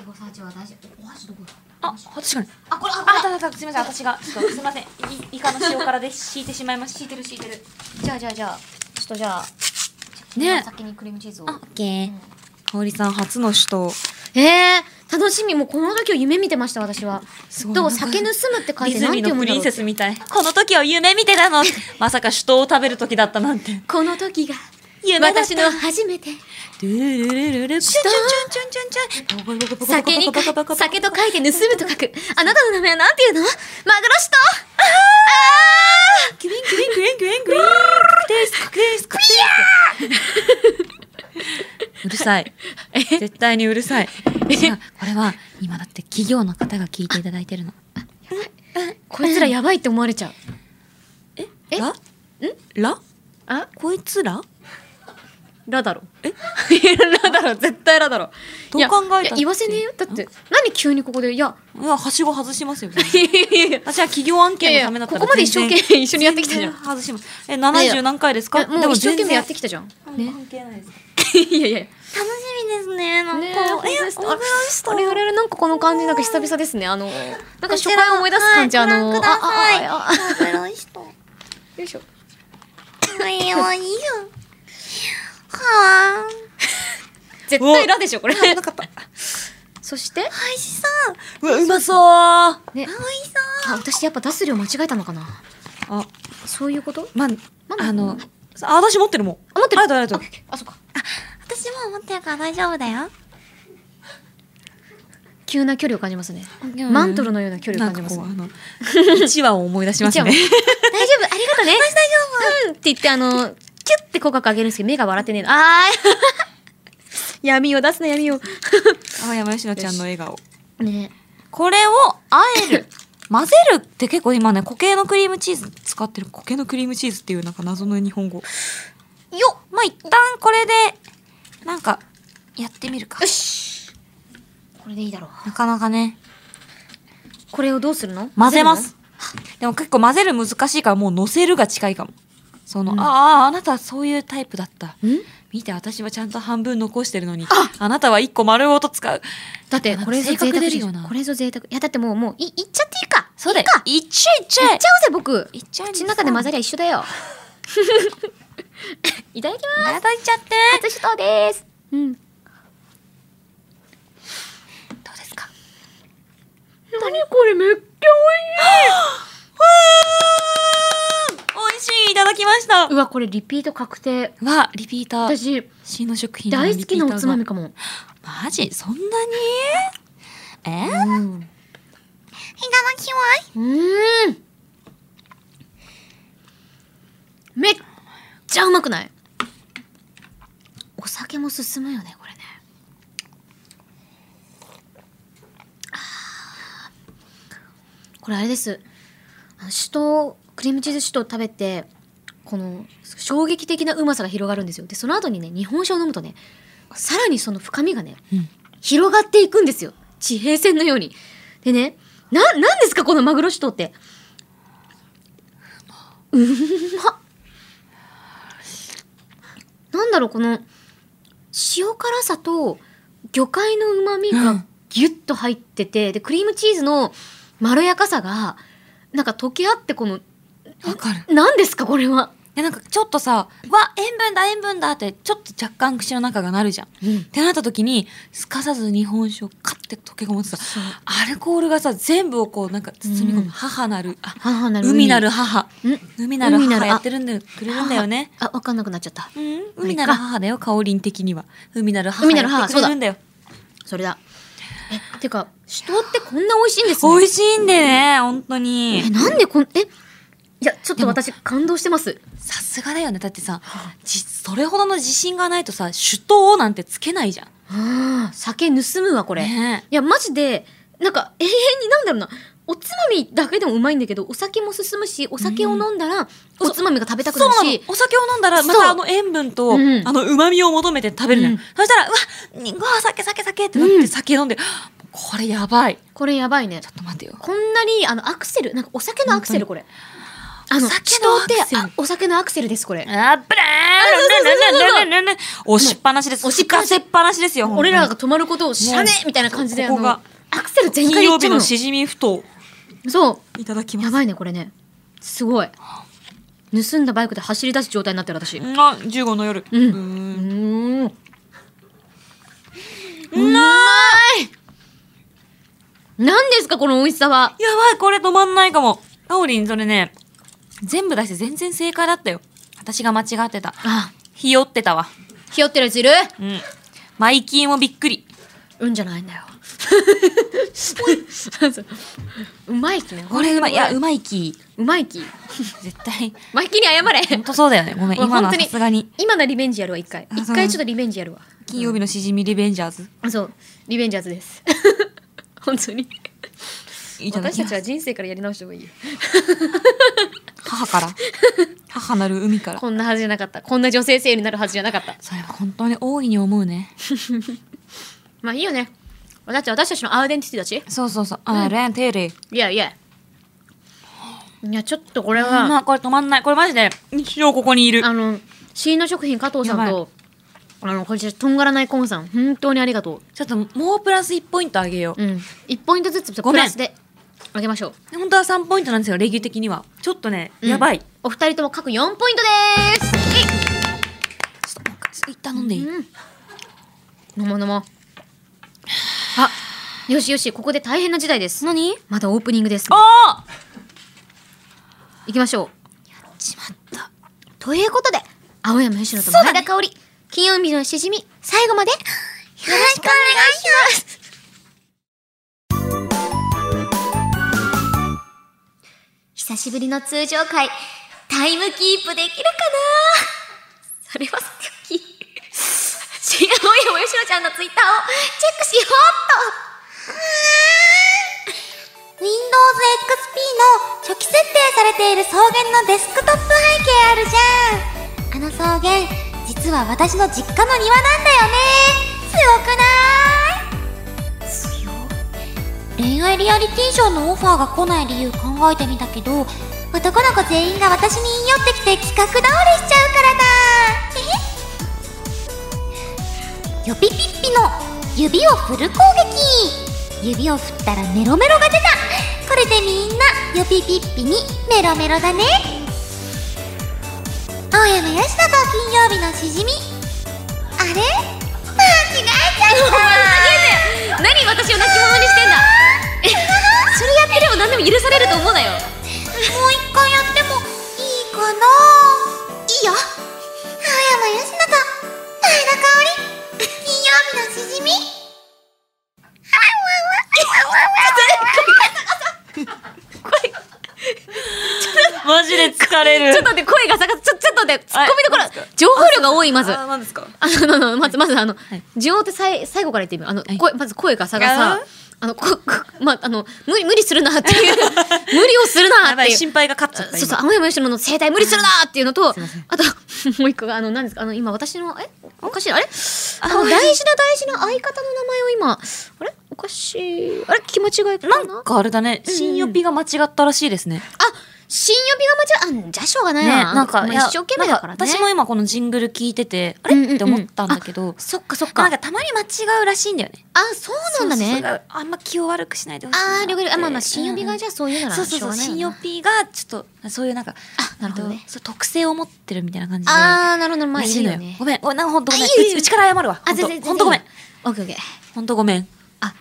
Speaker 1: エゴサーチは大事お箸どこだ
Speaker 2: あ、確かに。あ、これ、あ、あ、たたた、すみません、私が、ちょっと、すみません、い、イカの塩辛で敷いてしまいました。敷いてる、敷いてる。
Speaker 1: じゃあじゃあじゃあ、ちょっとじゃあ、
Speaker 2: ね
Speaker 1: 先にクリームチーズを。
Speaker 2: あ、オッケー。香織さん、初の首都。
Speaker 1: えー、楽しみ。もうこの時を夢見てました、私は。
Speaker 2: すごい
Speaker 1: どう
Speaker 2: なんか
Speaker 1: 酒盗むって書い
Speaker 2: ディ
Speaker 1: て
Speaker 2: ズ
Speaker 1: なんて
Speaker 2: ニ
Speaker 1: 読
Speaker 2: ーの
Speaker 1: む
Speaker 2: プ
Speaker 1: んだ
Speaker 2: リ
Speaker 1: ろ
Speaker 2: ン
Speaker 1: う
Speaker 2: セスみたい。この時を夢見てたの。まさか首都を食べる時だったなんて。
Speaker 1: この時が、
Speaker 2: 夢だった
Speaker 1: 私の初めて。
Speaker 2: ドゥルルルルル。チュンチュンチュンチュンチュンチュン。
Speaker 1: 酒にか、
Speaker 2: 酒。
Speaker 1: 酒と書いて盗むと書く。あなたの名前はなんていうのマグロシト
Speaker 2: キュインキュインキュインキュインキュイン。確定です、確定です、確定 です。うるさい。絶対にうるさい。違うこれは、今だって企業の方が聞いていただいてるの。
Speaker 1: こいつらやばいって思われちゃう。え
Speaker 2: らんら
Speaker 1: あ
Speaker 2: こいつら
Speaker 1: ラだろ。えラだろ、絶対ラだろ。
Speaker 2: ど
Speaker 1: い
Speaker 2: う
Speaker 1: や
Speaker 2: 考えたって
Speaker 1: いや言わせねえよ。だって、何急にここで、いや、
Speaker 2: いや、はしご外しますよ。全
Speaker 1: い
Speaker 2: 然
Speaker 1: やいやいや
Speaker 2: 私は企業案
Speaker 1: いやい
Speaker 2: 件の
Speaker 1: や
Speaker 2: ためだった
Speaker 1: こ
Speaker 2: ら
Speaker 1: こまで一生懸命一緒にやってきたじゃん。
Speaker 2: 全
Speaker 1: い
Speaker 2: 然外します。え、70何回ですか
Speaker 1: やもう一生懸命やって
Speaker 2: き
Speaker 1: きたじゃん。
Speaker 2: た。
Speaker 1: ね。
Speaker 2: 関係ないです。
Speaker 1: いやいや。
Speaker 2: 楽しみですね。なんか、
Speaker 1: ねえ、
Speaker 2: え、
Speaker 1: え、
Speaker 2: オムライスと
Speaker 1: あれあれあれなんかこの感じなんか久々ですね。あのなんか
Speaker 2: こ
Speaker 1: 初
Speaker 2: ちら
Speaker 1: 回思い出す感じ、
Speaker 2: はい
Speaker 1: あの
Speaker 2: ご覧ください
Speaker 1: ああああ
Speaker 2: オムライスと。
Speaker 1: よいしょ。
Speaker 2: はい、いいよ。はあ。
Speaker 1: 絶対ラでしょこれ。
Speaker 2: なかった。
Speaker 1: そして
Speaker 2: 美味しそう。うわ、うまそう。
Speaker 1: ね、
Speaker 2: 美味し
Speaker 1: あ私やっぱ出す量間違えたのかな。
Speaker 2: そう。あ、
Speaker 1: そういうこと？
Speaker 2: まあ、
Speaker 1: ママ
Speaker 2: あの、あ、私持ってるもん。
Speaker 1: あ持ってる。
Speaker 2: ありがとうありがとう
Speaker 1: ああそっか。
Speaker 2: 私も持ってるから大丈夫だよ。
Speaker 1: 急な距離を感じますね。マントルのような距離を感じます。
Speaker 2: な
Speaker 1: 大
Speaker 2: んかこうあの 一話を思い出します
Speaker 1: 一話
Speaker 2: ね。
Speaker 1: 丈夫ありがとうね。大丈夫。うんって言ってあのキュッて口角上げるんですけど目が笑ってねえの。あー闇を出すな闇を。
Speaker 2: 青山佳乃ちゃんの笑顔。
Speaker 1: ね。
Speaker 2: これをあえる。 混ぜるって結構今ね固形のクリームチーズ使ってる固形のクリームチーズっていうなんか謎の日本語よっまあ一旦これでなんかやってみるか
Speaker 1: よし。これでいいだろう。
Speaker 2: なかなかね
Speaker 1: これをどうするの
Speaker 2: 混ぜますでも結構混ぜる難しいからもう乗せるが近いかもその、あああなたはそういうタイプだった
Speaker 1: ん
Speaker 2: 見て私はちゃんと半分残してるのにあなたは一個丸ごと使う
Speaker 1: だってこれぞ贅
Speaker 2: 性格
Speaker 1: 沢
Speaker 2: 出
Speaker 1: で
Speaker 2: る
Speaker 1: す
Speaker 2: よ
Speaker 1: よ
Speaker 2: な
Speaker 1: これぞ贅沢いやだってもうもういいっちゃっていいか
Speaker 2: そうだよ
Speaker 1: いいかいっ
Speaker 2: いっちゃえいっちゃえ
Speaker 1: ちゃおうぜ僕
Speaker 2: いっちゃえ
Speaker 1: 口の中で混ざりゃ一緒だよいただきま
Speaker 2: いただいちゃって
Speaker 1: す初首ですうんどうですか何これめっちゃ
Speaker 2: 美味しいいただきまし
Speaker 1: 美
Speaker 2: た
Speaker 1: 味しいうわこれリピート確定
Speaker 2: わリピーター
Speaker 1: 私
Speaker 2: 新の食品の
Speaker 1: 大好きなお
Speaker 2: リピーターが
Speaker 1: つまみかも
Speaker 2: マジそんなにえー、いただ
Speaker 1: うん
Speaker 2: きます
Speaker 1: うーんめっちゃうまくないお酒も進むよねこれねあーこれあれですあの酒盗クリームチーズ酒盗食べてこの衝撃的なうまさが広がるんですよでその後にね日本酒を飲むとねさらにその深みがね
Speaker 2: うん
Speaker 1: 広がっていくんですよ地平線のようにでねななんですかこのマグロ酒盗ってうんまっなんだろうこの塩辛さと魚介のうまみがギュッと入ってて、でクリームチーズのまろやかさがなんか溶け合ってこの
Speaker 2: わかる
Speaker 1: 何ですかこれは、
Speaker 2: でなんかちょっとさ「わ塩分だ塩分だ」ってちょっと若干口の中がなるじゃんっ
Speaker 1: うん、
Speaker 2: てなった時にすかさず日本酒をカッて溶け込むとさアルコールがさ全部をこうなんか包み込む、
Speaker 1: うん
Speaker 2: 母なるあ
Speaker 1: 母なる
Speaker 2: 海なる母
Speaker 1: うん
Speaker 2: 海なる
Speaker 1: 海なる
Speaker 2: 母
Speaker 1: あ
Speaker 2: やってるんだよくれるんだよね
Speaker 1: あ分かんなくなっちゃった
Speaker 2: うん海なる母だよ香り的には海なる母
Speaker 1: 海なる母
Speaker 2: やってくれるんだよ
Speaker 1: それだえてか酒盗ってこんな美味しいんですね
Speaker 2: 美味しいんでね本当に
Speaker 1: えなんでこんえいやちょっ
Speaker 2: で
Speaker 1: と
Speaker 2: も
Speaker 1: 私感動してます
Speaker 2: さすがだよねだってさじそれほどの自信がないとさ首都なんてつけないじゃん
Speaker 1: あー酒盗むわこ
Speaker 2: こ
Speaker 1: れ、
Speaker 2: ね
Speaker 1: いやマジでなんか永遠になんだろうなおつまみだけでもうまいんだけどお酒も進むしお酒を飲んだらおつまみが食べたく
Speaker 2: そ
Speaker 1: な
Speaker 2: う
Speaker 1: る
Speaker 2: なの
Speaker 1: し
Speaker 2: お酒を飲んだらま
Speaker 1: そう
Speaker 2: たあの塩分と、
Speaker 1: うん
Speaker 2: あのうまみを求めて食べるのよ、
Speaker 1: うん
Speaker 2: そしたらうわにうわ酒酒酒ってなっ
Speaker 1: う
Speaker 2: て
Speaker 1: ん
Speaker 2: 酒飲んで、これやばいちょ
Speaker 1: これやばいね
Speaker 2: っと待てよ
Speaker 1: こんなにあのアクセルなんかお酒のアクセルこれあの
Speaker 2: お酒
Speaker 1: 酒
Speaker 2: の
Speaker 1: 盗
Speaker 2: アク
Speaker 1: っ
Speaker 2: セ
Speaker 1: て
Speaker 2: ル
Speaker 1: あお酒のアクセルですこれ
Speaker 2: あぶらーん押しっぱなしです
Speaker 1: 押しっ
Speaker 2: 吹
Speaker 1: ぱ
Speaker 2: か
Speaker 1: なし
Speaker 2: せっぱなしですよ
Speaker 1: 俺らが止まることを知らね
Speaker 2: も
Speaker 1: えみたいな感じであ
Speaker 2: ここ
Speaker 1: の
Speaker 2: が
Speaker 1: アクセってる全
Speaker 2: 金
Speaker 1: 開でい
Speaker 2: 曜
Speaker 1: って
Speaker 2: 日
Speaker 1: る
Speaker 2: の
Speaker 1: の
Speaker 2: しじみふと
Speaker 1: そ
Speaker 2: いただき
Speaker 1: う
Speaker 2: ます
Speaker 1: やばいねこれねすごい盗んだバイクで走り出す状態になってる私う
Speaker 2: が15の夜。
Speaker 1: うん
Speaker 2: ーん
Speaker 1: ーんう
Speaker 2: うな
Speaker 1: なんですかこの美味しさは
Speaker 2: やばい、これ止まんないかも。あおりん、それね、全部出して全然正解だったよ。私が間違ってた。
Speaker 1: あ
Speaker 2: ひよってたわ。
Speaker 1: ひよってるやついる
Speaker 2: うん。マイキーもびっくり。
Speaker 1: うんじゃないんだ ようまいきね
Speaker 2: これうまい。いや、う
Speaker 1: う
Speaker 2: まいき。
Speaker 1: まいき
Speaker 2: 絶対。
Speaker 1: うまいきに謝れ
Speaker 2: ほんとそうだよね。ごめん。
Speaker 1: これ
Speaker 2: 今のは
Speaker 1: 本当
Speaker 2: さ
Speaker 1: に
Speaker 2: すがに。
Speaker 1: 今のリベンジやるわ一回
Speaker 2: あ
Speaker 1: 一
Speaker 2: そう
Speaker 1: 回ちょっとリベンジやるわ
Speaker 2: 金曜日のしじみリベンジャーズ。
Speaker 1: そうリベンジャーズです 本当に
Speaker 2: いただ
Speaker 1: 私
Speaker 2: き
Speaker 1: た
Speaker 2: ま
Speaker 1: ちは
Speaker 2: す。
Speaker 1: 人生からやり直した方がいいよ
Speaker 2: 母から。 母なる海から。
Speaker 1: こんなはずじゃなかったこんな女性性になるはずじゃなかった
Speaker 2: それは本当に大いに思うね。
Speaker 1: まあいいよねだって私たちのアイデンティティだし
Speaker 2: そうそうそう。あ、レンテリー。
Speaker 1: いやいやいやちょっとこれは、
Speaker 2: まあ、これ止まんない。これマジで、一生ここにいる。
Speaker 1: あの C の食品加藤さん
Speaker 2: やば
Speaker 1: とあのこちらとんがらないコンさん本当にありがと
Speaker 2: ちょっと、もうプラス1ポイントあげよう
Speaker 1: う、。うん、1ポイントずつ
Speaker 2: ご
Speaker 1: プ
Speaker 2: めん
Speaker 1: ラスであげましょう
Speaker 2: 本当は3ポイントなんですよ、レギュ的には。ちょっとね、
Speaker 1: うん
Speaker 2: やばい。ちょ
Speaker 1: お二人とも各4ポイントで
Speaker 2: っともう一回、一旦飲んでいい、
Speaker 1: ーすうん飲もう飲もうあよしよしここで大変な時代です
Speaker 2: 何
Speaker 1: まだオープニングです
Speaker 2: あー
Speaker 1: 行きましょう
Speaker 2: しまった。
Speaker 1: ということで青山佳乃と
Speaker 2: そうだ
Speaker 1: 前
Speaker 2: ね
Speaker 1: 田香織、金曜日のしじみ最後までよろしくお願いします久しぶりの通常回タイムキープできるかなそれはさておき新青山佳乃ちゃんのツイッターをチェックしようっと Windows XP の初期設定されている草原のデスクトップ背景あるじゃん
Speaker 3: あの草原実は私の実家の庭なんだよねすごくない強恋愛リアリティショーのオファーが来ない理由考えてみたけど男の子全員が私に言い寄ってきて企画倒れしちゃうから なよぴぴっぴの指を振る攻撃指を振ったらメロメロが出たこれでみんなよぴぴっぴにメロメロだね青山よしと金曜日のしじみあれ間違えちゃっ た
Speaker 1: 何私を泣き者にしてんだ えそれやってれば何でも許されると思うなよ
Speaker 3: もう一回やってもいいかないいよ青山よしと前田香織金曜日のしじみ
Speaker 2: マジで疲れる。
Speaker 1: ちょっと待って声が下がっちょちょっと待ってツッコミどころ
Speaker 2: はい
Speaker 1: 情報量が多いまず
Speaker 2: あ、なんですか
Speaker 1: あの、あの、まず、まず、あの
Speaker 2: い、
Speaker 1: 情報ってさい最後から言ってみよう。あの、
Speaker 2: い
Speaker 1: 声、まず声がさがさ
Speaker 2: あー、
Speaker 1: あの、こ、こま、あの、無理、無理するなって いう、無理をするな
Speaker 2: や
Speaker 1: っ
Speaker 2: ば
Speaker 1: て
Speaker 2: い、
Speaker 1: いう。
Speaker 2: 心配が勝っちゃった。
Speaker 1: そうそう、
Speaker 2: 今
Speaker 1: 青山吉野の生態無理するなっていうのと、あと
Speaker 2: いません、
Speaker 1: もう一個が、あの、何ですか、あの、今私の、えおかしい、あれあの、大事な大事な相方の名前を今、あれおかしい、あれ気持ちがいかな
Speaker 2: なんかあれだね、新予備が間違ったらしいですね。
Speaker 1: あ、新呼びが間違え、あ、じゃあしょうがない
Speaker 2: ね、
Speaker 1: な。
Speaker 2: なんか、
Speaker 1: まあ
Speaker 2: いや
Speaker 1: 一生懸命だからね。
Speaker 2: なん私も今このジングル聞いてて、あ
Speaker 1: うんうんう
Speaker 2: れ
Speaker 1: ん
Speaker 2: って思ったんだけど、
Speaker 1: そっかそっ
Speaker 2: な
Speaker 1: か
Speaker 2: んか。たまに間違うらしいんだよね。
Speaker 1: あ、そうなんだ
Speaker 2: そ
Speaker 1: ね
Speaker 2: う。そうあんま気を悪くしないでほしいなっ
Speaker 1: あ
Speaker 2: て。
Speaker 1: ー、了解了解あ、まあまあ、新予備がじゃあそういうなら、
Speaker 2: そうそうそう、
Speaker 1: しょ
Speaker 2: 新
Speaker 1: うがない
Speaker 2: 予
Speaker 1: よな
Speaker 2: 備がちょっとそういうなんか
Speaker 1: あなるほどね
Speaker 2: えっとそう特性を持ってるみたいな感じで
Speaker 1: あー、なるほど、まあ、
Speaker 2: ら
Speaker 1: い
Speaker 2: しい
Speaker 1: い
Speaker 2: の
Speaker 1: よ
Speaker 2: よ
Speaker 1: ね。
Speaker 2: ごめんおなんか本当ごめん
Speaker 1: あいいよいいよ
Speaker 2: うちから謝るわ
Speaker 1: あ、
Speaker 2: 本
Speaker 1: 全
Speaker 2: 当
Speaker 1: 然、
Speaker 2: 本当ごめん。
Speaker 1: オッケーオッケー。
Speaker 2: 本当ごめん
Speaker 1: あ、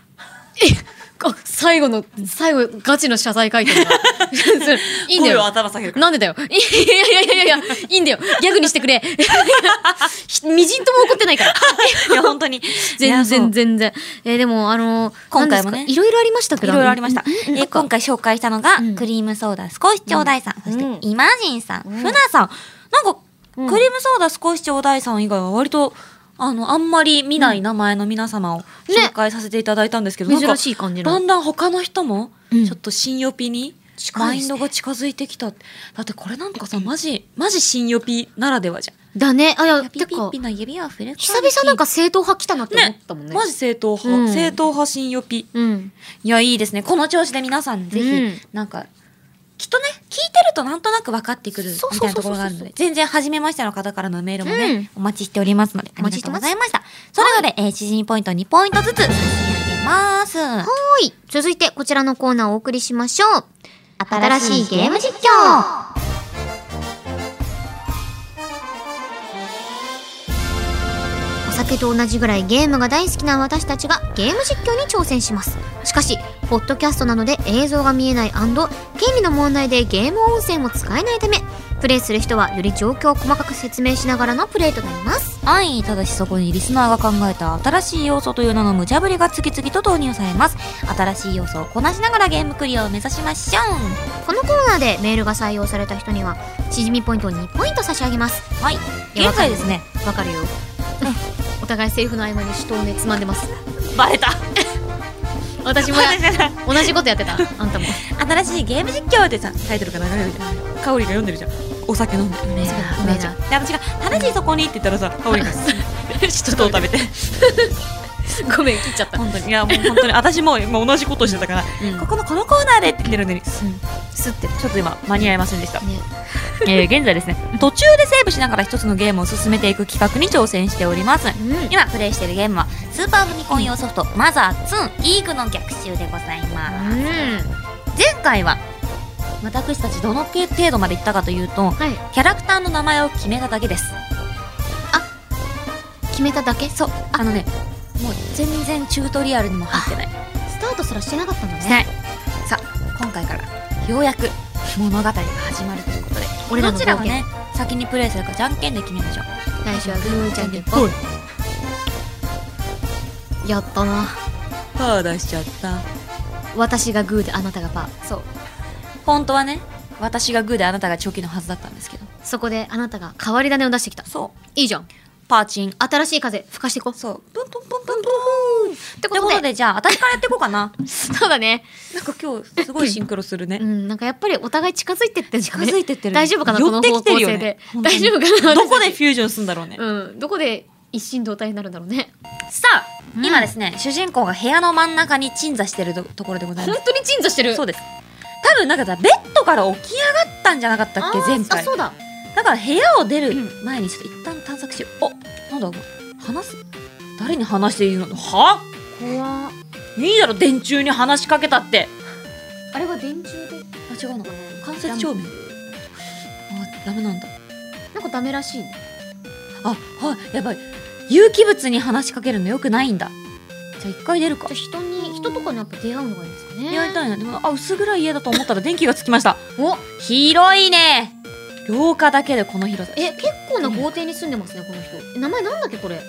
Speaker 1: 最後の、最後、ガチの謝罪会見だ。それいいんだ
Speaker 2: 声を
Speaker 1: よ。
Speaker 2: 頭下げるから
Speaker 1: なんでだよ。いやいやいやいやいや、いいんだよ。ギャグにしてくれ。ひみじんとも怒ってないから。
Speaker 2: いや本当に
Speaker 1: 全然
Speaker 2: いや
Speaker 1: 全然。えー、でも、あの、
Speaker 2: 今回もね
Speaker 1: なんですかいろいろありました
Speaker 2: そ
Speaker 1: け
Speaker 2: う
Speaker 1: ど。
Speaker 2: いろいろありました、
Speaker 1: うん
Speaker 2: えー今回紹介したのが、
Speaker 1: うん
Speaker 2: クリームソーダ少しちょうだいさん、そして、
Speaker 1: うん
Speaker 2: イマジンさん、
Speaker 1: うん
Speaker 2: フナさんなんか、
Speaker 1: うん
Speaker 2: クリームソーダ少しちょうだいさん以外は割とあのあんまり見ない名前の皆様を紹介させていただいたんですけど、なんか
Speaker 1: 珍しい感じの。
Speaker 2: だんだん他の人も
Speaker 1: うん
Speaker 2: ちょっと新予備に
Speaker 1: 近
Speaker 2: マ
Speaker 1: いで
Speaker 2: イン
Speaker 1: すね
Speaker 2: ドが近づいてきた、だってこれなんかさマジマジ新予備ならではじゃ
Speaker 1: だね。あ、い
Speaker 2: ん
Speaker 1: や、
Speaker 2: ピ
Speaker 1: て
Speaker 2: ピ
Speaker 1: か
Speaker 2: ッ、ピの指を振る
Speaker 1: 久々なんか正統派来たなって思ったもんね。
Speaker 2: マジ正統
Speaker 1: う
Speaker 2: 派、
Speaker 1: ん
Speaker 2: 正統派新予備
Speaker 1: うん。
Speaker 2: いやいいですねこの調子で皆さんぜひ、
Speaker 1: うん
Speaker 2: なんかきっとね聞いてるとなんとなく分かってくる
Speaker 1: そう
Speaker 2: み
Speaker 1: そ
Speaker 2: たいう
Speaker 1: そ
Speaker 2: な
Speaker 1: うそう
Speaker 2: ところがあるので全然初めましての方からのメールもね、お待ちしておりますので
Speaker 1: お
Speaker 2: あり
Speaker 1: 待
Speaker 2: が
Speaker 1: ちして
Speaker 2: とう
Speaker 1: ま
Speaker 2: ご
Speaker 1: す
Speaker 2: ざいましたそれぞれ、えー、縮みポイント2ポイントずつ差し上げます。は
Speaker 1: はい。続いてこちらのコーナーをお送りしましょう。新しいゲーム実況。お酒と同じぐらいゲームが大好きな私たちがゲーム実況に挑戦しますしかしポッドキャストなので映像が見えない権利の問題でゲーム音声も使えないためプレイする人はより状況を細かく説明しながらのプレイとなります
Speaker 2: い。ただしそこにリスナーが考えた新しい要素という名の無茶ぶりが次々と投入されます。新しい要素をこなしながらゲームクリアを目指しましょう。
Speaker 1: このコーナーでメールが採用された人にはしじみポイントを2ポイント差し上げます
Speaker 2: はい。
Speaker 1: いや
Speaker 2: 現在ですね、
Speaker 1: わかるよお互いセリフの合間に手刀をねつまんでます
Speaker 2: バレた。
Speaker 1: 私もや 同じことや ってたあんたも
Speaker 2: 新しいゲーム実況でさタイトルが流れるじゃん香りが読んでるじゃんお酒飲んでる
Speaker 1: ねえ
Speaker 2: ねえじゃんで私が「楽しいそこに」って言ったらさ香り がちょっと食べて
Speaker 1: ごめん切っちゃった
Speaker 2: 本当にいやもう本当に私も今同じことをしてたからここのこのコーナーでって言ってるのにす
Speaker 1: すってね
Speaker 2: ちょっと今間に合いませんでした、 えー現在ですね途中でセーブしながら一つのゲームを進めていく企画に挑戦しております
Speaker 1: うん
Speaker 2: 今プレイしているゲームはスーパーファミコン用ソフト「マザー2イーグの逆襲」でございます前回は私たちどの程度まで行ったかという
Speaker 1: は
Speaker 2: と
Speaker 1: い
Speaker 2: キャラクターの名前を決めただけです
Speaker 1: 決めただけ
Speaker 2: そうあのねもう全然チュートリアルにも入ってない
Speaker 1: スタートすらしてなかったんだ
Speaker 2: してないさあ今回からようやく物語が始まるということで
Speaker 1: 俺らの
Speaker 2: どちら
Speaker 1: 冒
Speaker 2: が
Speaker 1: 険
Speaker 2: ね先にプレイするかじゃんけんで決めましょう
Speaker 1: 最初はグーじゃんけん
Speaker 2: ぽい
Speaker 1: やったな
Speaker 2: パー出しちゃった
Speaker 1: 私がグーであなたがパー
Speaker 2: そう本当はね私がグーであなたがチョキのはずだったんですけど
Speaker 1: そこであなたが変わり種を出してきた
Speaker 2: そ
Speaker 1: いいじゃん
Speaker 2: うパーチン
Speaker 1: 新しい風吹かしていこう
Speaker 2: そうプンプンプンプンプンって
Speaker 1: ことで
Speaker 2: ことでじゃあ私からやっていこうかな
Speaker 1: そうだね
Speaker 2: なんか今日すごいシンクロするね
Speaker 1: うんなんかやっぱりお互い近づいてってんじゃ
Speaker 2: 近
Speaker 1: ない
Speaker 2: づいてってるね
Speaker 1: 大丈夫かな
Speaker 2: 寄
Speaker 1: こ
Speaker 2: っ
Speaker 1: の
Speaker 2: て
Speaker 1: 方向
Speaker 2: きてるよ
Speaker 1: 性
Speaker 2: ね
Speaker 1: で
Speaker 2: 本当
Speaker 1: 大
Speaker 2: に
Speaker 1: 丈夫かな
Speaker 2: どこで
Speaker 1: 私
Speaker 2: フュージョンするんだろうね。
Speaker 1: うんどこで一心同体になるんだろうね
Speaker 2: さあ、今ですね、主人公が部屋の真ん中に鎮座してるとところでござい
Speaker 1: 本
Speaker 2: ます。
Speaker 1: 当に鎮座してる
Speaker 2: そうです。多分なんかさ、ベッドから起き上がったんじゃなかったっけ、
Speaker 1: あー
Speaker 2: 前回
Speaker 1: あ。そうだ
Speaker 2: だから部屋を出る
Speaker 1: う
Speaker 2: 前にちょっと一旦探索しよう。おなんだ、話す誰に話していいのは
Speaker 1: 怖っ
Speaker 2: いいだろ、電柱に話しかけたって。
Speaker 1: あれは電柱で
Speaker 2: あ、違うのかな。間接照明。あ、ダメなんだ。
Speaker 1: なんかダメらしいね
Speaker 2: あ、はい、やばい。有機物に話しかけるのよくないんだ。じゃあ一回出るか
Speaker 1: じゃあ。人に人とかにやっぱ出会うのがいいんですかね
Speaker 2: やりたいなでもあ薄暗い家だと思ったら電気がつきました
Speaker 1: お
Speaker 2: 広いね廊下だけでこの広さ
Speaker 1: え結構な豪邸に住んでますねこの人え名前なんだっけこれ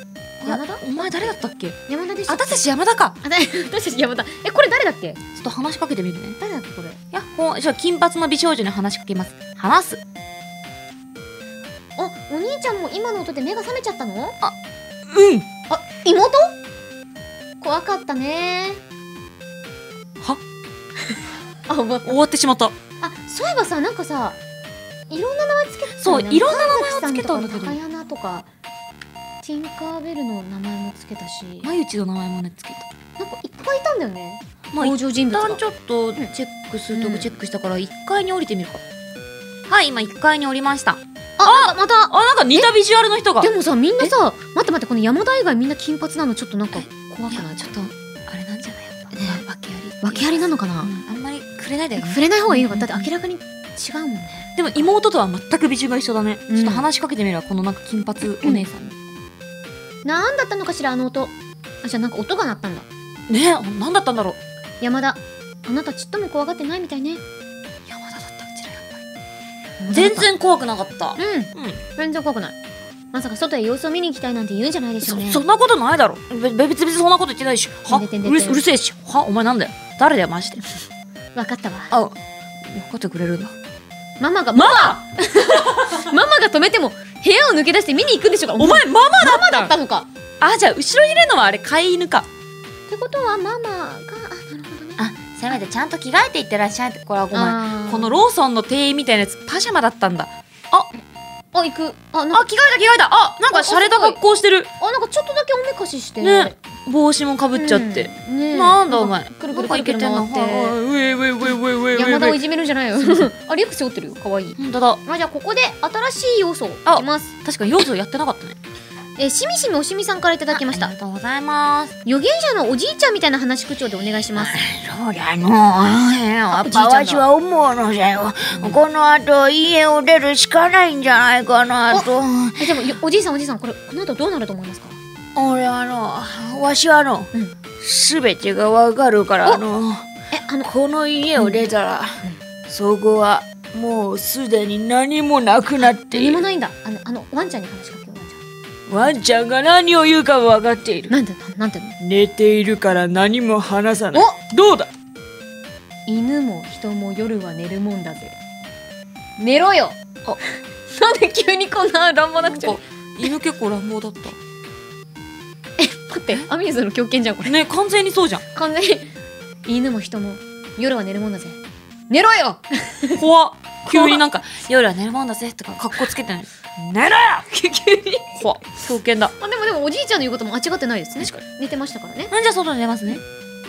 Speaker 1: 山田
Speaker 2: あお前誰だったっけ
Speaker 1: 山田でした
Speaker 2: 私たち山田か
Speaker 1: あだ私たち山田えこれ誰だっけ
Speaker 2: ちょっと話しかけてみるね
Speaker 1: 誰だっけこれ
Speaker 2: やっほーじゃあ金髪の美少女に話しかけます話す
Speaker 1: あお兄ちゃんも今の音で目が覚めちゃったの
Speaker 2: うん
Speaker 1: あ妹怖かったね
Speaker 2: は
Speaker 1: あ終わった
Speaker 2: 終わってしまった
Speaker 1: あそういえばさなんかさいろんな名前つけてたよね
Speaker 2: そういろんな名前をつけたんだ
Speaker 1: 神
Speaker 2: け
Speaker 1: 崎さんと
Speaker 2: ど
Speaker 1: か高柳とかティンカーベルの名前もつけたし
Speaker 2: 眉内の名前もねつけ
Speaker 1: なんかいっぱいいたんだよね
Speaker 2: たまあ
Speaker 1: 登
Speaker 2: 一
Speaker 1: 場人物が
Speaker 2: 旦ちょっとチェックすると
Speaker 1: う
Speaker 2: こ
Speaker 1: ん
Speaker 2: チェックしたから一階に降りてみるか、はい今一階に降りました
Speaker 1: あなんかま
Speaker 2: あなんか似たビジュアルの人が
Speaker 1: たでもさみんなさ待って待ってこの山田以外みんな金髪なのちょっとなんか怖
Speaker 2: い
Speaker 1: く
Speaker 2: や
Speaker 1: ない
Speaker 2: ちょっとあれなんじゃないやっぱ、
Speaker 1: ね
Speaker 2: 訳あり
Speaker 1: 訳ありなのか
Speaker 2: う
Speaker 1: な、
Speaker 2: んあんまりくれないでよね
Speaker 1: 触れない方がいいのか
Speaker 2: うん
Speaker 1: だって明らかに違うもんね
Speaker 2: でも妹とは全く美女が一緒だね、
Speaker 1: うん
Speaker 2: ちょっと話しかけてみればこのなんか金髪お姉さんに、
Speaker 1: なんだったのかしらあの音あじゃあなんか音が鳴ったんだ
Speaker 2: ねえ何だったんだろう
Speaker 1: 山田あなたちっとも怖がってないみたいね
Speaker 2: 山田だったうちらやっぱり全然怖くなかった
Speaker 1: うん
Speaker 2: うん
Speaker 1: 全然怖くないまさか外へ様子を見に行きたいなんて言うんじゃないでしょ
Speaker 2: そう
Speaker 1: ね
Speaker 2: そんなことないだろべ別にそんなこと言ってないしは
Speaker 1: 出てん出て
Speaker 2: う
Speaker 1: ん
Speaker 2: るせうるせえしはお前なんだよ誰だよマジで
Speaker 1: わかったわ
Speaker 2: あ分かってくれるんだ
Speaker 1: ママがマ
Speaker 2: マ
Speaker 1: マ
Speaker 2: マ
Speaker 1: が止めても部屋を抜け出して見に行くんでしょうか
Speaker 2: お前ママだった
Speaker 1: だったのか
Speaker 2: あじゃあ後ろにいるのはあれ飼い犬か
Speaker 1: ってことはママがあなるほどね
Speaker 2: あせめてちゃんと着替えていってらっしゃいってこれはごめん
Speaker 1: あー
Speaker 2: このローソンの店員みたいなやつパジャマだったんだ
Speaker 1: あ行くあなん
Speaker 2: あ
Speaker 1: か
Speaker 2: 着替えた着替えたあなんか
Speaker 1: あ
Speaker 2: 洒落た
Speaker 1: すごい
Speaker 2: 格好してる
Speaker 1: あなんかちょっとだけおめかしして
Speaker 2: ね帽子もかぶっちゃって、
Speaker 1: うんねえ
Speaker 2: なんだお前
Speaker 1: くるくるくるくる
Speaker 2: な
Speaker 1: 回
Speaker 2: ん
Speaker 1: っ
Speaker 2: かいけてんな
Speaker 1: て
Speaker 2: うえうえうえうえうえうえうえ
Speaker 1: 山田をいじめるんじゃないよ あリュック背負ってるよ可愛い
Speaker 2: 本当だ
Speaker 1: まあじゃあここで新しい要素いきます
Speaker 2: 確かに要素やってなかったね
Speaker 1: えーしみしみおしみさんからいただきました
Speaker 3: ありがとうございます。
Speaker 1: 預言者のおじいちゃんみたいな話口調でお願いします
Speaker 3: そうだのう。やっぱわしは思うのだよ。この後家を出るしかないんじゃないかなと。
Speaker 1: えでもよおじいさんおじいさんこれこの後どうなると思いますか
Speaker 3: 俺はの、わしはの
Speaker 1: うん、
Speaker 3: すべてがわかるからの。
Speaker 1: えあの
Speaker 3: この家を出たら、そこはもうすでに何もなくなってい
Speaker 1: 何も
Speaker 3: る。
Speaker 1: ないんだあのあのワンちゃんに話しかけようワンち
Speaker 3: ワンちゃんが何を言うかは分かってい
Speaker 1: ゃん
Speaker 3: る。
Speaker 1: なんてなんていうの
Speaker 3: 寝ているから何も話さない。どうだ
Speaker 1: 犬も人も夜は寝るもんだぜ寝ろよ なんで急にこんな乱暴な
Speaker 2: な
Speaker 1: く
Speaker 2: ん
Speaker 1: ち
Speaker 2: か
Speaker 1: ゃ
Speaker 2: 犬結構乱暴だった
Speaker 1: え待ってアミューズの狂犬じゃんこれ
Speaker 2: ね完全にそう じゃん
Speaker 1: 完全に犬も人も夜は寝るもんだぜ寝ろよ
Speaker 2: 怖っ急になんか夜は寝るもんだぜとか格好つけてない寝ろよ
Speaker 1: 急に
Speaker 2: 怖っ狂犬 だ
Speaker 1: あでもでもおじいちゃんの言うことも間違ってないですね寝てましたからね
Speaker 2: なんじゃ外に出ますね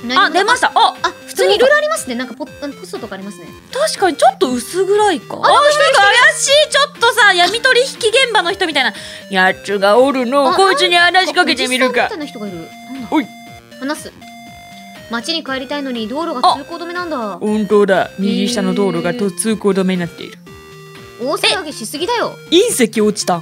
Speaker 1: 何
Speaker 2: あ
Speaker 1: も
Speaker 2: 出ましたあ
Speaker 1: あ普通にいろいろありますねなんかポあのポストとかありますね
Speaker 2: 確かにちょっと薄暗いかあなんか怪しいちょっとさ闇取引現場の人みたいな
Speaker 3: やつがおるの
Speaker 1: あ
Speaker 3: をこいつに話しかけてみる
Speaker 1: お
Speaker 3: か
Speaker 1: じさんみたいな人がいるなんだ
Speaker 3: おい
Speaker 1: 話す街に帰りたいのに道路が通行止めなんだ
Speaker 3: 本当だ右下の道路がと通行止めになっている
Speaker 1: 大騒ぎしすぎだよ
Speaker 3: 隕石落ちた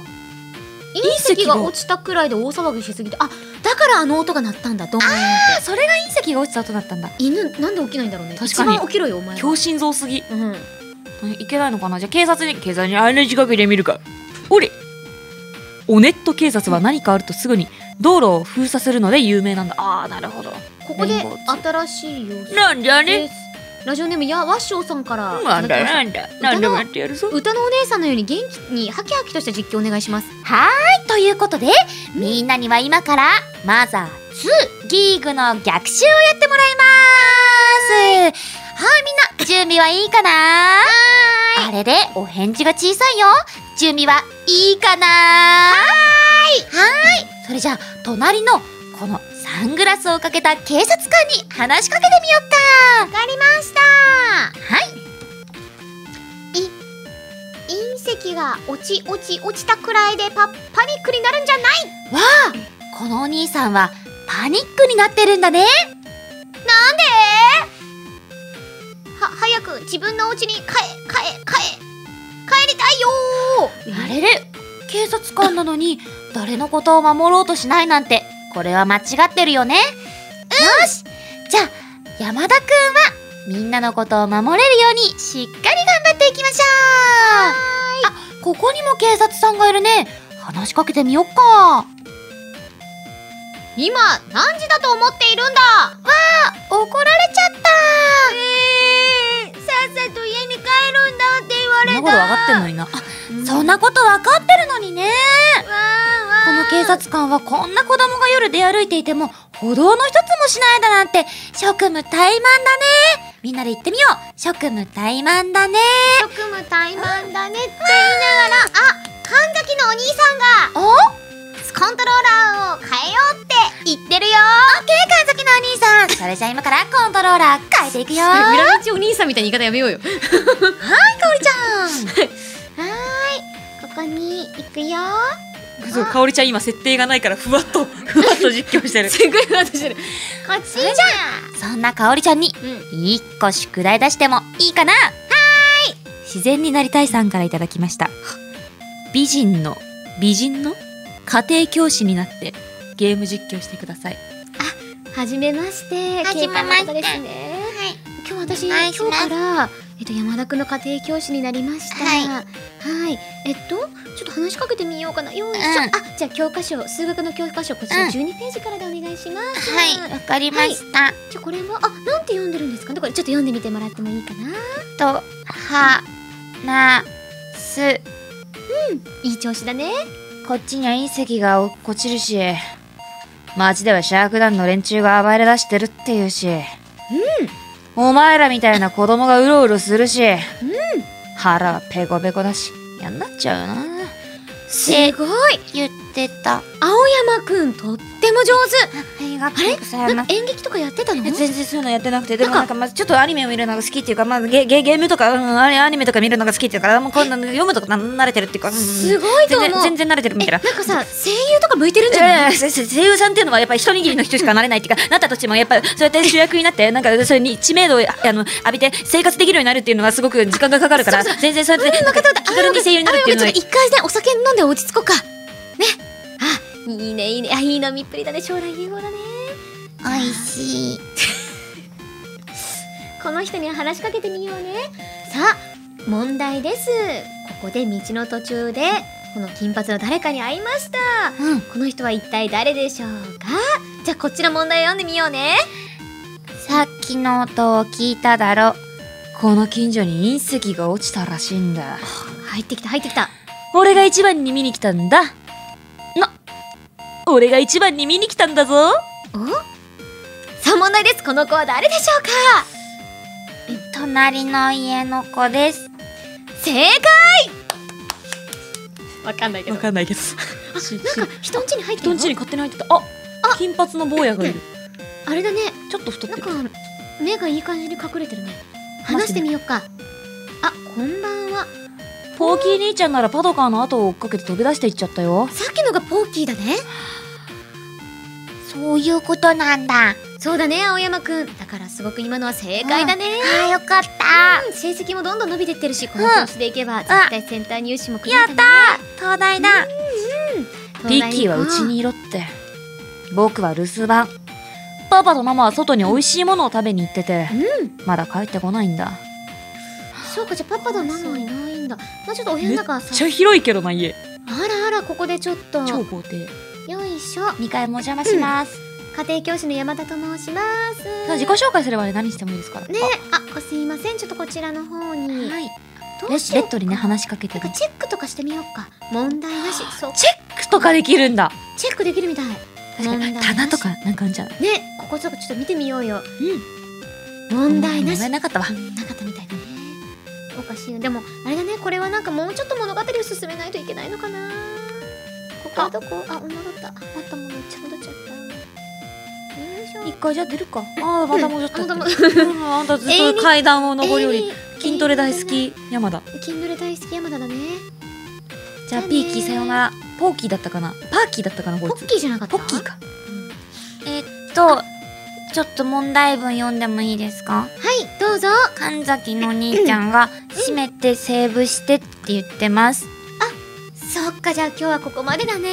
Speaker 1: 隕石
Speaker 2: 石が
Speaker 1: が落ちたくらいで大騒ぎしすぎてあだからあの音が鳴ったんだドーンって
Speaker 2: それが隕石が落ちた音だったんだ
Speaker 1: 犬なんで起きないんだろうね
Speaker 2: 確かに
Speaker 1: 一番起きろよお前は
Speaker 2: 強心臓すぎ
Speaker 1: うん
Speaker 2: いけないのかなじゃあ警察に
Speaker 3: 警察に話しかけてみるか
Speaker 2: おりオネット警察は何かあるとすぐに道路を封鎖するので有名なんだあーなるほど
Speaker 1: ここで
Speaker 2: レインボー
Speaker 1: 新しい様子
Speaker 3: なんだ
Speaker 1: で
Speaker 3: ね
Speaker 1: すラジオネームやわっしょうさんから
Speaker 3: なんだ
Speaker 1: いたきました
Speaker 3: なんだなんでもやってやるぞ
Speaker 1: 歌のお姉さんのように元気にハキハキとした実況お願いします
Speaker 3: はーいということでみんなには今からマザー2ギーグの逆襲をやってもらいまーすはいみんな準備はいいかなあれでお返事が小さいよ準備はいいかなはーいはーいそれじゃあ隣のこのサングラスをかけた警察官に話しかけてみようかわかりましたはい
Speaker 1: 隕石が落ち落ち落ちたくらいでパパニックになるんじゃない
Speaker 3: わあこのお兄さんはパニックになってるんだね
Speaker 1: は早く自分のお家に帰帰帰帰りたいよ
Speaker 3: あれれ警察官なのに誰のことを守ろうとしないなんてこれは間違ってるよね、よしじゃあ山田くんはみんなのことを守れるようにしっかり頑張っていきましょうあここにも警察さんがいるね話しかけてみよっか
Speaker 1: 今何時だと思っているんだ
Speaker 3: 怒られちゃっ
Speaker 1: え
Speaker 3: た
Speaker 1: ー、さっさと家に帰るんだって言わ
Speaker 2: そんなこと分かってんのにな
Speaker 3: そんなこと分かってるのにねこの警察官はこんな子供が夜出歩いていても歩道の一つもしないだなんて職務怠慢だねみんなで言ってみよう職務怠慢だね
Speaker 1: 職務怠慢だねって言いながらあ神崎のお兄さんが
Speaker 3: お
Speaker 1: コントローラーを変えようって言ってるよ
Speaker 3: 神崎のお兄さんそれじゃあ今からコントローラー変えていくよは
Speaker 1: ラミチお兄さんみたいな言い方やめようよ
Speaker 3: いかおりちゃん
Speaker 1: はーい、ここに行くよ。
Speaker 2: そうかおりちゃん今設定がないからふわっ とふわっと実況してる
Speaker 1: すごい話してる。こっちじゃ
Speaker 3: そんなかおりちゃんに
Speaker 1: ん。うん。
Speaker 3: 一個宿題出してもいいかな
Speaker 2: 自然になりたいさんからいただきました美人の美人の家庭教師になってゲーム実況してください
Speaker 1: はじめまして。
Speaker 3: は
Speaker 1: ケ
Speaker 3: じめまして
Speaker 1: ンタの方ですね。
Speaker 3: はい
Speaker 1: 今日私、
Speaker 3: お願いし
Speaker 1: 今
Speaker 3: ます
Speaker 1: 日から、えっと、山田くんの家庭教師になりました。
Speaker 3: はい
Speaker 1: はい。えっと、ちょっと話しかけてみようかな。よいしょ。
Speaker 3: うん
Speaker 1: あ、じゃあ教科書、数学の教科書、こち
Speaker 3: う
Speaker 1: ら
Speaker 3: ん
Speaker 1: 12ページからでお願いします。
Speaker 3: はいわかりました、
Speaker 1: じゃあこれは、あ、なんて読んでるんですかねこれちょっと読んでみてもらってもいいかな
Speaker 3: とはなす
Speaker 1: いい調子だね。
Speaker 3: こっちには隕石が落っこちるし街ではシャーク団の連中が暴れ出してるっていうしうんお前らみたいな子供がうろうろするしうん腹はペコペコだし嫌になっちゃうな
Speaker 1: すごい
Speaker 3: 言っってた。
Speaker 1: 青山くんとっても上
Speaker 3: ありが
Speaker 1: 手あれ
Speaker 3: ござい
Speaker 1: な
Speaker 3: ま
Speaker 1: ん
Speaker 3: す
Speaker 1: か演劇とかやってたの
Speaker 2: え全然そういうのやってなくてでも
Speaker 1: なん
Speaker 2: な
Speaker 1: か
Speaker 2: んかまずちょっとアニメを見るのが好きっていうかまあゲゲゲームとか、うん、あれアニメとか見るのが好きっていうからもうこんなの読むとかな慣れてるっていうか、うん、
Speaker 1: すごいと思う
Speaker 2: 全然全然慣れてるみ
Speaker 1: え
Speaker 2: たい
Speaker 1: な。
Speaker 2: なん
Speaker 1: かさ声優とか向いてるんじゃない、
Speaker 2: えーせせ声優さんっていうのはやっぱり一握りの人しかなれないっていうかなったとしてもやっぱりそうやって主役になってなんかそれに知名度をああの浴びて生活できるようになるっていうのはすごく時間がかかるから全然そうやってなんか気軽に声優になるっていうの
Speaker 1: あ
Speaker 2: は
Speaker 1: ちょっと一回ねお酒飲んで落ち着こうかねあいいねいいねあいい飲みっぷりだね将来有望だね
Speaker 3: おいしい。
Speaker 1: この人には話しかけてみようねさあ問題ですここで道の途中でこの金髪の誰かに会いました
Speaker 3: うん。
Speaker 1: この人は一体誰でしょうかじゃあこっちの問題を読んでみようね
Speaker 3: さっきの音を聞いただろ。
Speaker 2: この近所に隕石が落ちたらしいんだ
Speaker 1: 入ってきた入ってきた
Speaker 2: 俺が一番に見に来たんだな俺が一番に見に来たんだぞ
Speaker 1: おさあ問題ですこの子は誰でしょうか
Speaker 3: 隣の家の子です。
Speaker 1: 正解わかんないけどな
Speaker 2: わ
Speaker 1: んか
Speaker 2: かんないけど
Speaker 1: 人ん家に入って
Speaker 2: 人
Speaker 1: る
Speaker 2: ん
Speaker 1: の
Speaker 2: ちに勝手に入ってたあ金髪の坊やがいる
Speaker 1: あれだね
Speaker 2: ちょっと太っ
Speaker 1: な
Speaker 2: て
Speaker 1: ん
Speaker 2: る
Speaker 1: か目がいい感じに隠れてるね話してみようかあこんばんは
Speaker 2: ポーキー兄ちゃんならパトカーの後を追っかけて飛び出していっちゃったよ
Speaker 1: さっきのがポーキーだね
Speaker 3: そういうことなんだ。
Speaker 1: そうだね青山くんだからすごく今のは正解だね
Speaker 3: あーよかった。
Speaker 1: うん成績もどんどん伸びてってるしこの
Speaker 3: うん
Speaker 1: 調子でいけば絶対センター入試もクリアだね
Speaker 3: 東大だ。
Speaker 2: リッキーはうちにいろって僕は留守番パパとママは外に美味しいものを食べに行ってて
Speaker 1: うん
Speaker 2: まだ帰ってこないんだ
Speaker 1: そうかじゃあパパとママはいないんだまあちょっとお部屋の中はさ
Speaker 2: 広いけどな家
Speaker 1: あらあらここでちょっと
Speaker 2: 超
Speaker 1: よ
Speaker 2: 豪邸
Speaker 1: いしょ
Speaker 3: 二階もお邪魔します。
Speaker 1: 家庭教師の山田と申します
Speaker 2: ただ自己紹介すればね何してもいいですから
Speaker 1: ねああすいませんちょっとこちらの方に
Speaker 2: はい
Speaker 1: ど
Speaker 2: レ
Speaker 1: うし
Speaker 2: ッレ
Speaker 1: よう
Speaker 2: ッドにね話しかけて
Speaker 1: なん
Speaker 2: ね
Speaker 1: かチェックとかしてみようか問題なしそう
Speaker 2: チェックとかできるんだ
Speaker 1: チェックできるみたい
Speaker 2: 確か
Speaker 1: 問題
Speaker 2: に
Speaker 1: なし
Speaker 2: 棚とかなんかあんじゃない
Speaker 1: ねここちょっとちょっと見てみようよ
Speaker 2: うん
Speaker 1: 問題なし
Speaker 2: 問題なかったわ
Speaker 1: うんなかったみたいだねおかしいなでもあれだねこれはなんかもうちょっと物語を進めないといけないのかなここはどこあ戻ったあったもうちゃ戻っちゃったよいしょ
Speaker 2: 一回じゃあ出るかああまた戻っちゃった
Speaker 1: うん
Speaker 2: う
Speaker 1: あま
Speaker 2: んあんたずっと階段を上り下り
Speaker 1: えー
Speaker 2: 筋トレ大好
Speaker 1: え
Speaker 2: き山田
Speaker 1: ー筋トレ大好き山田だね
Speaker 2: じゃあピーキーさようならポーキーだったかなパーキーだったかなこ
Speaker 1: ポッ
Speaker 2: いつ
Speaker 1: キーじゃなかった
Speaker 2: ポッキーか
Speaker 1: うんは
Speaker 3: えっと、ちょっと問題文読んでもいいですか
Speaker 1: いどうぞ
Speaker 3: 神崎の兄ちゃんが「閉めてセーブして」って言ってます
Speaker 1: そっかじゃあ今日はここまでだね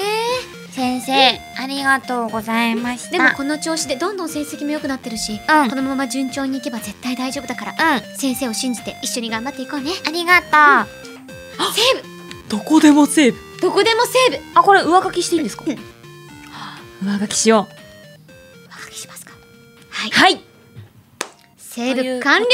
Speaker 3: 先生ありがとうございました
Speaker 1: でもこの調子でどんどん成績も良くなってるし、
Speaker 3: うん
Speaker 1: このまま順調にいけば絶対大丈夫だから、先生を信じて一緒に頑張っていこうね
Speaker 3: ありがと
Speaker 1: セーブ
Speaker 2: どこでもセーブ
Speaker 1: どこでもセーブ
Speaker 2: あこれ上書きしていいんですか上書きしよ
Speaker 1: お書きしますか
Speaker 2: うはい
Speaker 1: セーブ完了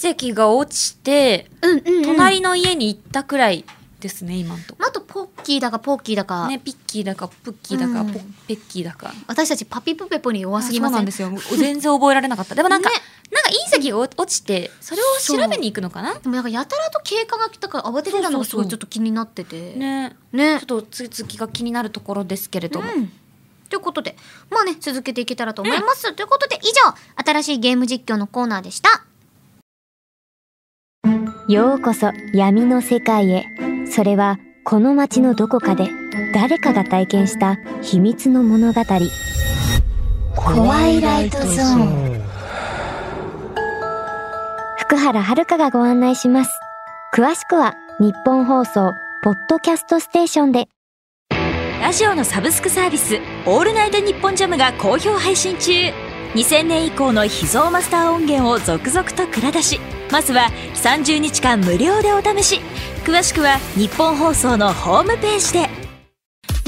Speaker 2: 隕石が落ちて
Speaker 1: うんうん、うん、
Speaker 2: 隣の家に行ったくらいですね今んとこ
Speaker 1: まああとポッキーだかポッキーだか、
Speaker 2: ねピッキーだかプッキーだか
Speaker 1: うん
Speaker 2: ポッペッキーだか
Speaker 1: 私たちパピプペポに弱すぎま
Speaker 2: そう
Speaker 1: せ
Speaker 2: なんんですよもう全然覚えられなかったでもなんか
Speaker 1: ね
Speaker 2: なんか隕石が落ちてそれを調べに行くのかな
Speaker 1: でもなんかやたらと経過が来たから慌ててたのがすごいちょっと気になっててね
Speaker 2: ね
Speaker 1: ね
Speaker 2: ちょっと続きが気になるところですけれども
Speaker 1: うんということでまあね続けていけたらと思います、ということで以上新しいゲーム実況のコーナーでした
Speaker 4: ようこそ闇の世界へそれはこの街のどこかで誰かが体験した秘密の物語
Speaker 3: 怖いライトゾーン
Speaker 4: 福原遥がご案内します詳しくは日本放送ポッドキャストステーションで
Speaker 5: ラジオのサブスクサービス「オールナイトニッポンジャム」が好評配信中2000年以降の秘蔵マスター音源を続々と蔵出しまずは30日間無料でお試し詳しくは日本放送のホームページで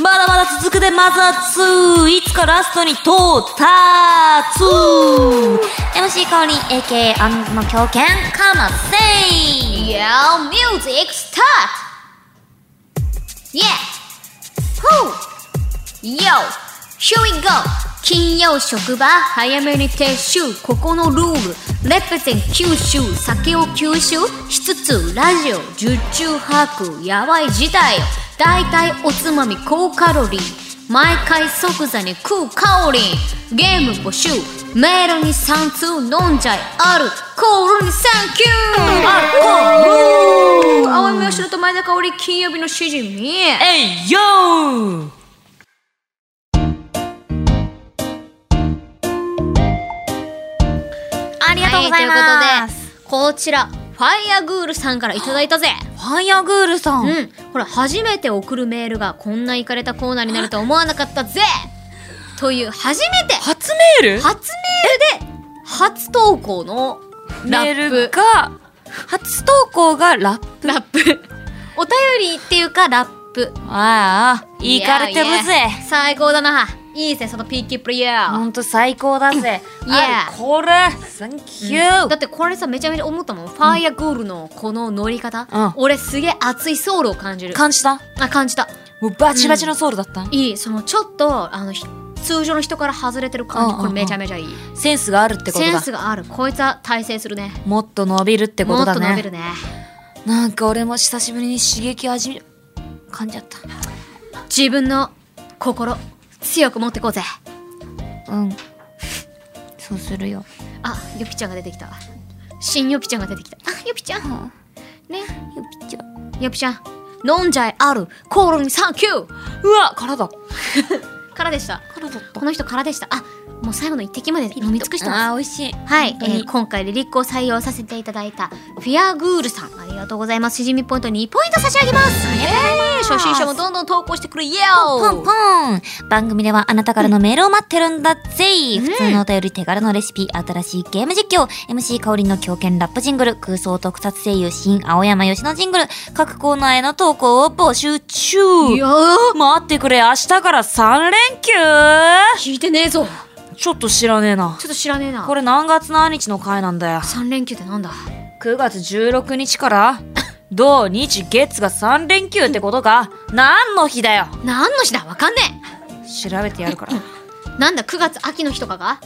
Speaker 2: まだまだ続くでマザー2いつかラストに到達
Speaker 3: MC 香り AK アンの狂犬かませい
Speaker 1: Yeah, music start. Yeah. Who? Yo. Here we go. 金曜職場早めに撤収ここのルールレペゼン吸収酒を吸収しつつラジオ受注把握やばい事態よ大体おつまみ高カロリー毎回即座に食うカオリンゲーム募集メールに3通飲んじゃいあるコールにサンキューあるコール青い目白と前田香織金曜日のしじみ
Speaker 2: えいよー
Speaker 1: ありがとうございます、こちらファイアグールさんからいただいたぜ
Speaker 2: ファイアグールさん、
Speaker 1: うんほら初めて送るメールがこんなイカれたコーナーになるとは思わなかったぜという初めて
Speaker 2: 初メール
Speaker 1: 初メールで初投稿のラ
Speaker 2: メー
Speaker 1: ッ
Speaker 2: ル
Speaker 1: プ
Speaker 2: が初投稿がラップ
Speaker 1: ラップお便りっていうかラップ
Speaker 2: ああいかれてる
Speaker 1: いやい
Speaker 2: ぜ
Speaker 1: や最高だないいぜそのピーキープレイヤ
Speaker 2: ほ
Speaker 1: ー
Speaker 2: んと最高だぜ
Speaker 1: Yeah
Speaker 2: あこれ Thank you、
Speaker 1: だってこれさめちゃめちゃ思ったもんファイアゴールのこの乗り方、
Speaker 2: うん
Speaker 1: 俺すげえ熱いソウルを感じる
Speaker 2: 感じた
Speaker 1: あ感じた
Speaker 2: もうバチバチのソウルだった、
Speaker 1: いいそのちょっとあのひ通常の人から外れてる感じ、
Speaker 2: うんうん
Speaker 1: こ
Speaker 2: うん
Speaker 1: れめちゃめちゃいい
Speaker 2: センスがあるってこと
Speaker 1: セン
Speaker 2: だ
Speaker 1: スがあるこいつは大成するね
Speaker 2: もっと伸びるってこ
Speaker 1: も
Speaker 2: と
Speaker 1: っ
Speaker 2: だ
Speaker 1: と伸び
Speaker 2: ね
Speaker 1: るね
Speaker 2: なんか俺も久しぶりに刺激味み感じちゃった
Speaker 1: 自分の心強く持ってこうぜ
Speaker 2: うんそうするよ
Speaker 1: あヨピちゃんが出てきた新ヨピちゃんが出てきたあヨピちゃんね
Speaker 2: ゆぴちゃん
Speaker 1: ヨピちゃん飲んじゃいあるコールにサンキュー
Speaker 2: うわからだか
Speaker 1: からでした
Speaker 2: らだった
Speaker 1: この人からでしたあもう最後の一滴まで飲み尽くしてます
Speaker 2: あー美味しい
Speaker 1: はい、え
Speaker 2: 当に
Speaker 1: ー今回リリックを採用させていただいたフィアグールさんありがとうございますしじみポイント2ポイント差し上げますイエーイ初心者もどんどん投稿してくれイエ
Speaker 2: ポン
Speaker 1: ー
Speaker 2: ポン番組ではあなたからのメールを待ってるんだぜ、普通のお便り手軽のレシピ新しいゲーム実況 MC 香りの狂犬ラップジングル空想特撮声優新青山吉野ジングル各コーナーへの投稿を募集中
Speaker 1: イいやー
Speaker 2: 待ってくれ明日から3連
Speaker 1: 聞いてねえぞ
Speaker 2: 休ちょっと知らねえな
Speaker 1: ちょっと知らねえな
Speaker 2: これ何月何日の回なんだよ
Speaker 1: 3連休ってなんだ
Speaker 2: 9月16日から土日月が3連休ってことか何の日だよ
Speaker 1: 何の日だわかんねえ
Speaker 2: 調べてやるから
Speaker 1: なんだ9月秋の日とかが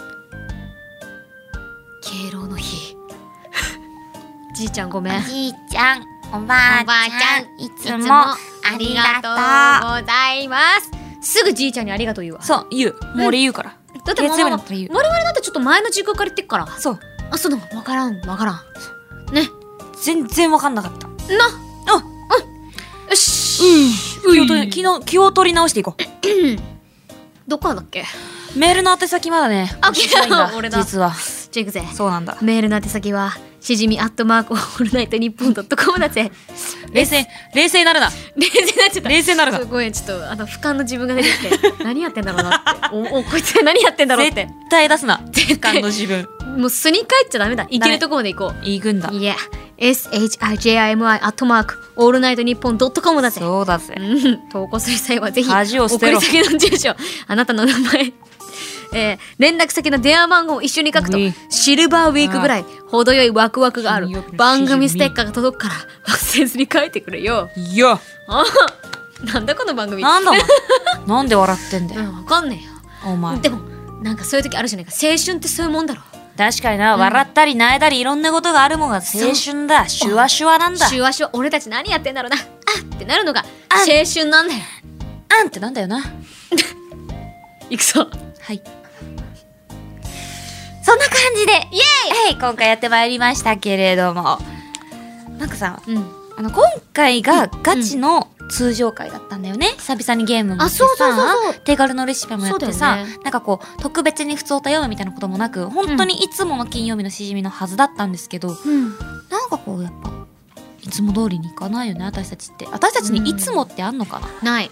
Speaker 1: 敬老の日 じいちゃんごめん
Speaker 3: じいちゃん、 おばあちゃん、いつもありがとう。
Speaker 1: うございますすぐじいちゃんにありがとう言うわ
Speaker 2: そう言う森言うから、
Speaker 1: だってもう
Speaker 2: 月曜日のこと言う
Speaker 1: 我々だってちょっと前の時空借りてっから
Speaker 2: そう
Speaker 1: あそうなのわからんわからんね
Speaker 2: 全然わかんなかった
Speaker 1: な
Speaker 2: あ
Speaker 1: よし
Speaker 2: 気を取り昨日気を取り直していこう
Speaker 1: どっからだっけ
Speaker 2: メールの宛先まだね
Speaker 1: あ
Speaker 2: 教えてないん
Speaker 1: いや俺だ
Speaker 2: 実は
Speaker 1: じゃあ行くぜ
Speaker 2: そうなんだ
Speaker 1: メールの宛先はしじみアットマークオールナイトニッポンドットコムだぜ
Speaker 2: 冷静冷静になるな
Speaker 1: 冷静になっちゃった
Speaker 2: 冷静になるな
Speaker 1: すごいちょっとあの俯瞰の自分が出て きて何やってんだろうなっておおこいつ何やってんだろうって
Speaker 2: 絶対出すな時間の自分
Speaker 1: もう素に帰っちゃダメだいけるとこまで行こ
Speaker 2: 行くんだ
Speaker 1: ういや SHIJIMI アットマークオールナイトニッポンドットコムだぜ
Speaker 2: そうだぜ
Speaker 1: うん投稿する際はぜひ
Speaker 2: 恥を捨てろ
Speaker 1: 送り先の住所あなたの名前 えー連絡先の電話番号を一緒に書くと
Speaker 2: うん
Speaker 1: シルバーウィークぐらい程よいワクワクがある
Speaker 2: 金曜日のしじみ
Speaker 1: 番組ステッカーが届くから 忘れずに書いてくれよ
Speaker 2: いや
Speaker 1: あなんだこの番組
Speaker 2: なんだお前なんで笑ってんだ
Speaker 1: う
Speaker 2: よ
Speaker 1: んわかんね
Speaker 2: お
Speaker 1: え
Speaker 2: 前
Speaker 1: よでもなんかそういう時あるじゃないか青春ってそういうもんだろ
Speaker 2: 確かにな、笑ったり泣いたりいろんなことがあるもんが青春だシュワシュワなんだ
Speaker 1: シュワシュワ俺たち何やってんだろうなあってなるのが青春なんだよ
Speaker 2: あんってなんだよな
Speaker 1: いくぞ
Speaker 2: はいそんな感じでイエーイ、今回やってまいりましたけれどもなんかさ
Speaker 1: うん
Speaker 2: あの今回がガチの通常回だったんだよね、久々にゲームもやってさ
Speaker 1: あそうそうそうそう
Speaker 2: 手軽のレシピもやって
Speaker 1: そうだ
Speaker 2: さ、
Speaker 1: よね
Speaker 2: なんかこう特別に普通を読むみたいなこともなく本当にいつもの金曜日のしじみのはずだったんですけど、
Speaker 1: うん
Speaker 2: なんかこうやっぱいつも通りにいかないよね私たちって私たちにいつもってあんのかな、
Speaker 1: ない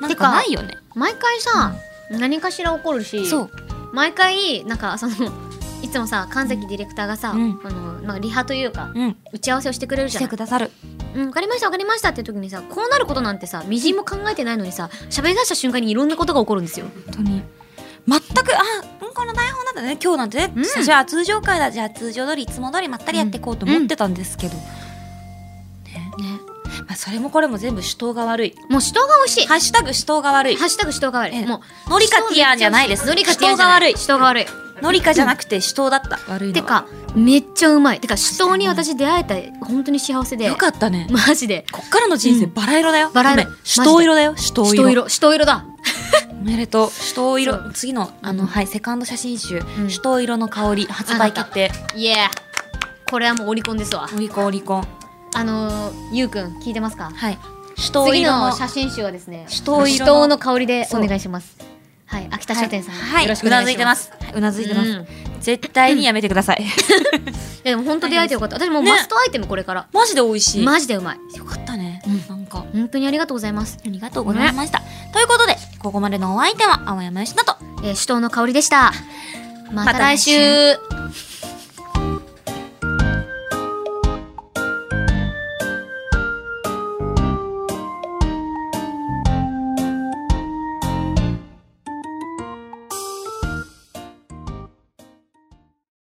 Speaker 2: なんかないよね
Speaker 1: 毎回さ何かしら起こるし
Speaker 2: そう
Speaker 1: 毎回なんかその いつもさ神崎ディレクターがさ、
Speaker 2: うん
Speaker 1: あのまあ、リハというか
Speaker 2: うん
Speaker 1: 打ち合わせをしてくれるじ
Speaker 2: し
Speaker 1: ゃな
Speaker 2: て
Speaker 1: い
Speaker 2: くださる
Speaker 1: うん、分かりました分かりましたって時にさこうなることなんてさみじんも考えてないのにさ喋り出した瞬間にいろんなことが起こるんですよ
Speaker 2: 本当に全くあうんこの台本なんだね今日なんてね、
Speaker 1: うん
Speaker 2: じゃあ通常回だじゃあ通常通りいつも通りまったりやっていこうと思ってたんですけど、ね
Speaker 1: ね
Speaker 2: まあ、それもこれも全部主導が悪い
Speaker 1: もう死闘が美味しい
Speaker 2: ハッシュタグ主導が悪い
Speaker 1: ハッシュタグ死闘が悪
Speaker 2: え
Speaker 1: い
Speaker 2: え
Speaker 1: もう
Speaker 2: ノリカティアンじゃないです
Speaker 1: ノリカティアンじゃない
Speaker 2: 主
Speaker 1: 死闘が悪い
Speaker 2: ノリカじゃなくて主刀だった悪いの
Speaker 1: て
Speaker 2: は
Speaker 1: かめっちゃうまいてか首相に私出会えた本当に幸せで
Speaker 2: よかったね
Speaker 1: マジで
Speaker 2: こっからの人生バラ色だよ、
Speaker 1: バラ色
Speaker 2: ごめん主刀色だよ主刀
Speaker 1: 首
Speaker 2: 色
Speaker 1: 都色首都色だ
Speaker 2: おめでとう主刀
Speaker 1: そ
Speaker 2: 色次のあの、はいセカンド写真集、
Speaker 1: ん
Speaker 2: 主刀色の香り発売決定
Speaker 1: イエーこれはもうオリコンですわ
Speaker 2: オリコンオリコン
Speaker 1: あのー、ゆうくん聞いてますか
Speaker 2: はい主刀
Speaker 1: 次
Speaker 2: 色
Speaker 1: の
Speaker 2: の
Speaker 1: 写真集はですね
Speaker 2: 首都色の
Speaker 1: 首都の香りでお願いしますはい秋田書店さん、
Speaker 2: はい
Speaker 1: よろしく
Speaker 2: う
Speaker 1: お
Speaker 2: な
Speaker 1: 願い
Speaker 2: ずい
Speaker 1: してま
Speaker 2: ますすはいうなずいてます、
Speaker 1: うん
Speaker 2: 絶対にやめてください
Speaker 1: いやでも本当出会えてよかった私もう
Speaker 2: ね
Speaker 1: マストアイテムこれから、
Speaker 2: マジで美味しい、
Speaker 1: マジでうまい
Speaker 2: よかったね、なんか
Speaker 1: 本当にありがとうございます
Speaker 2: ありがとうございました、ということでここまでのお相手は青山よしなと
Speaker 1: えー、首都の香りでしたまた来週
Speaker 2: また来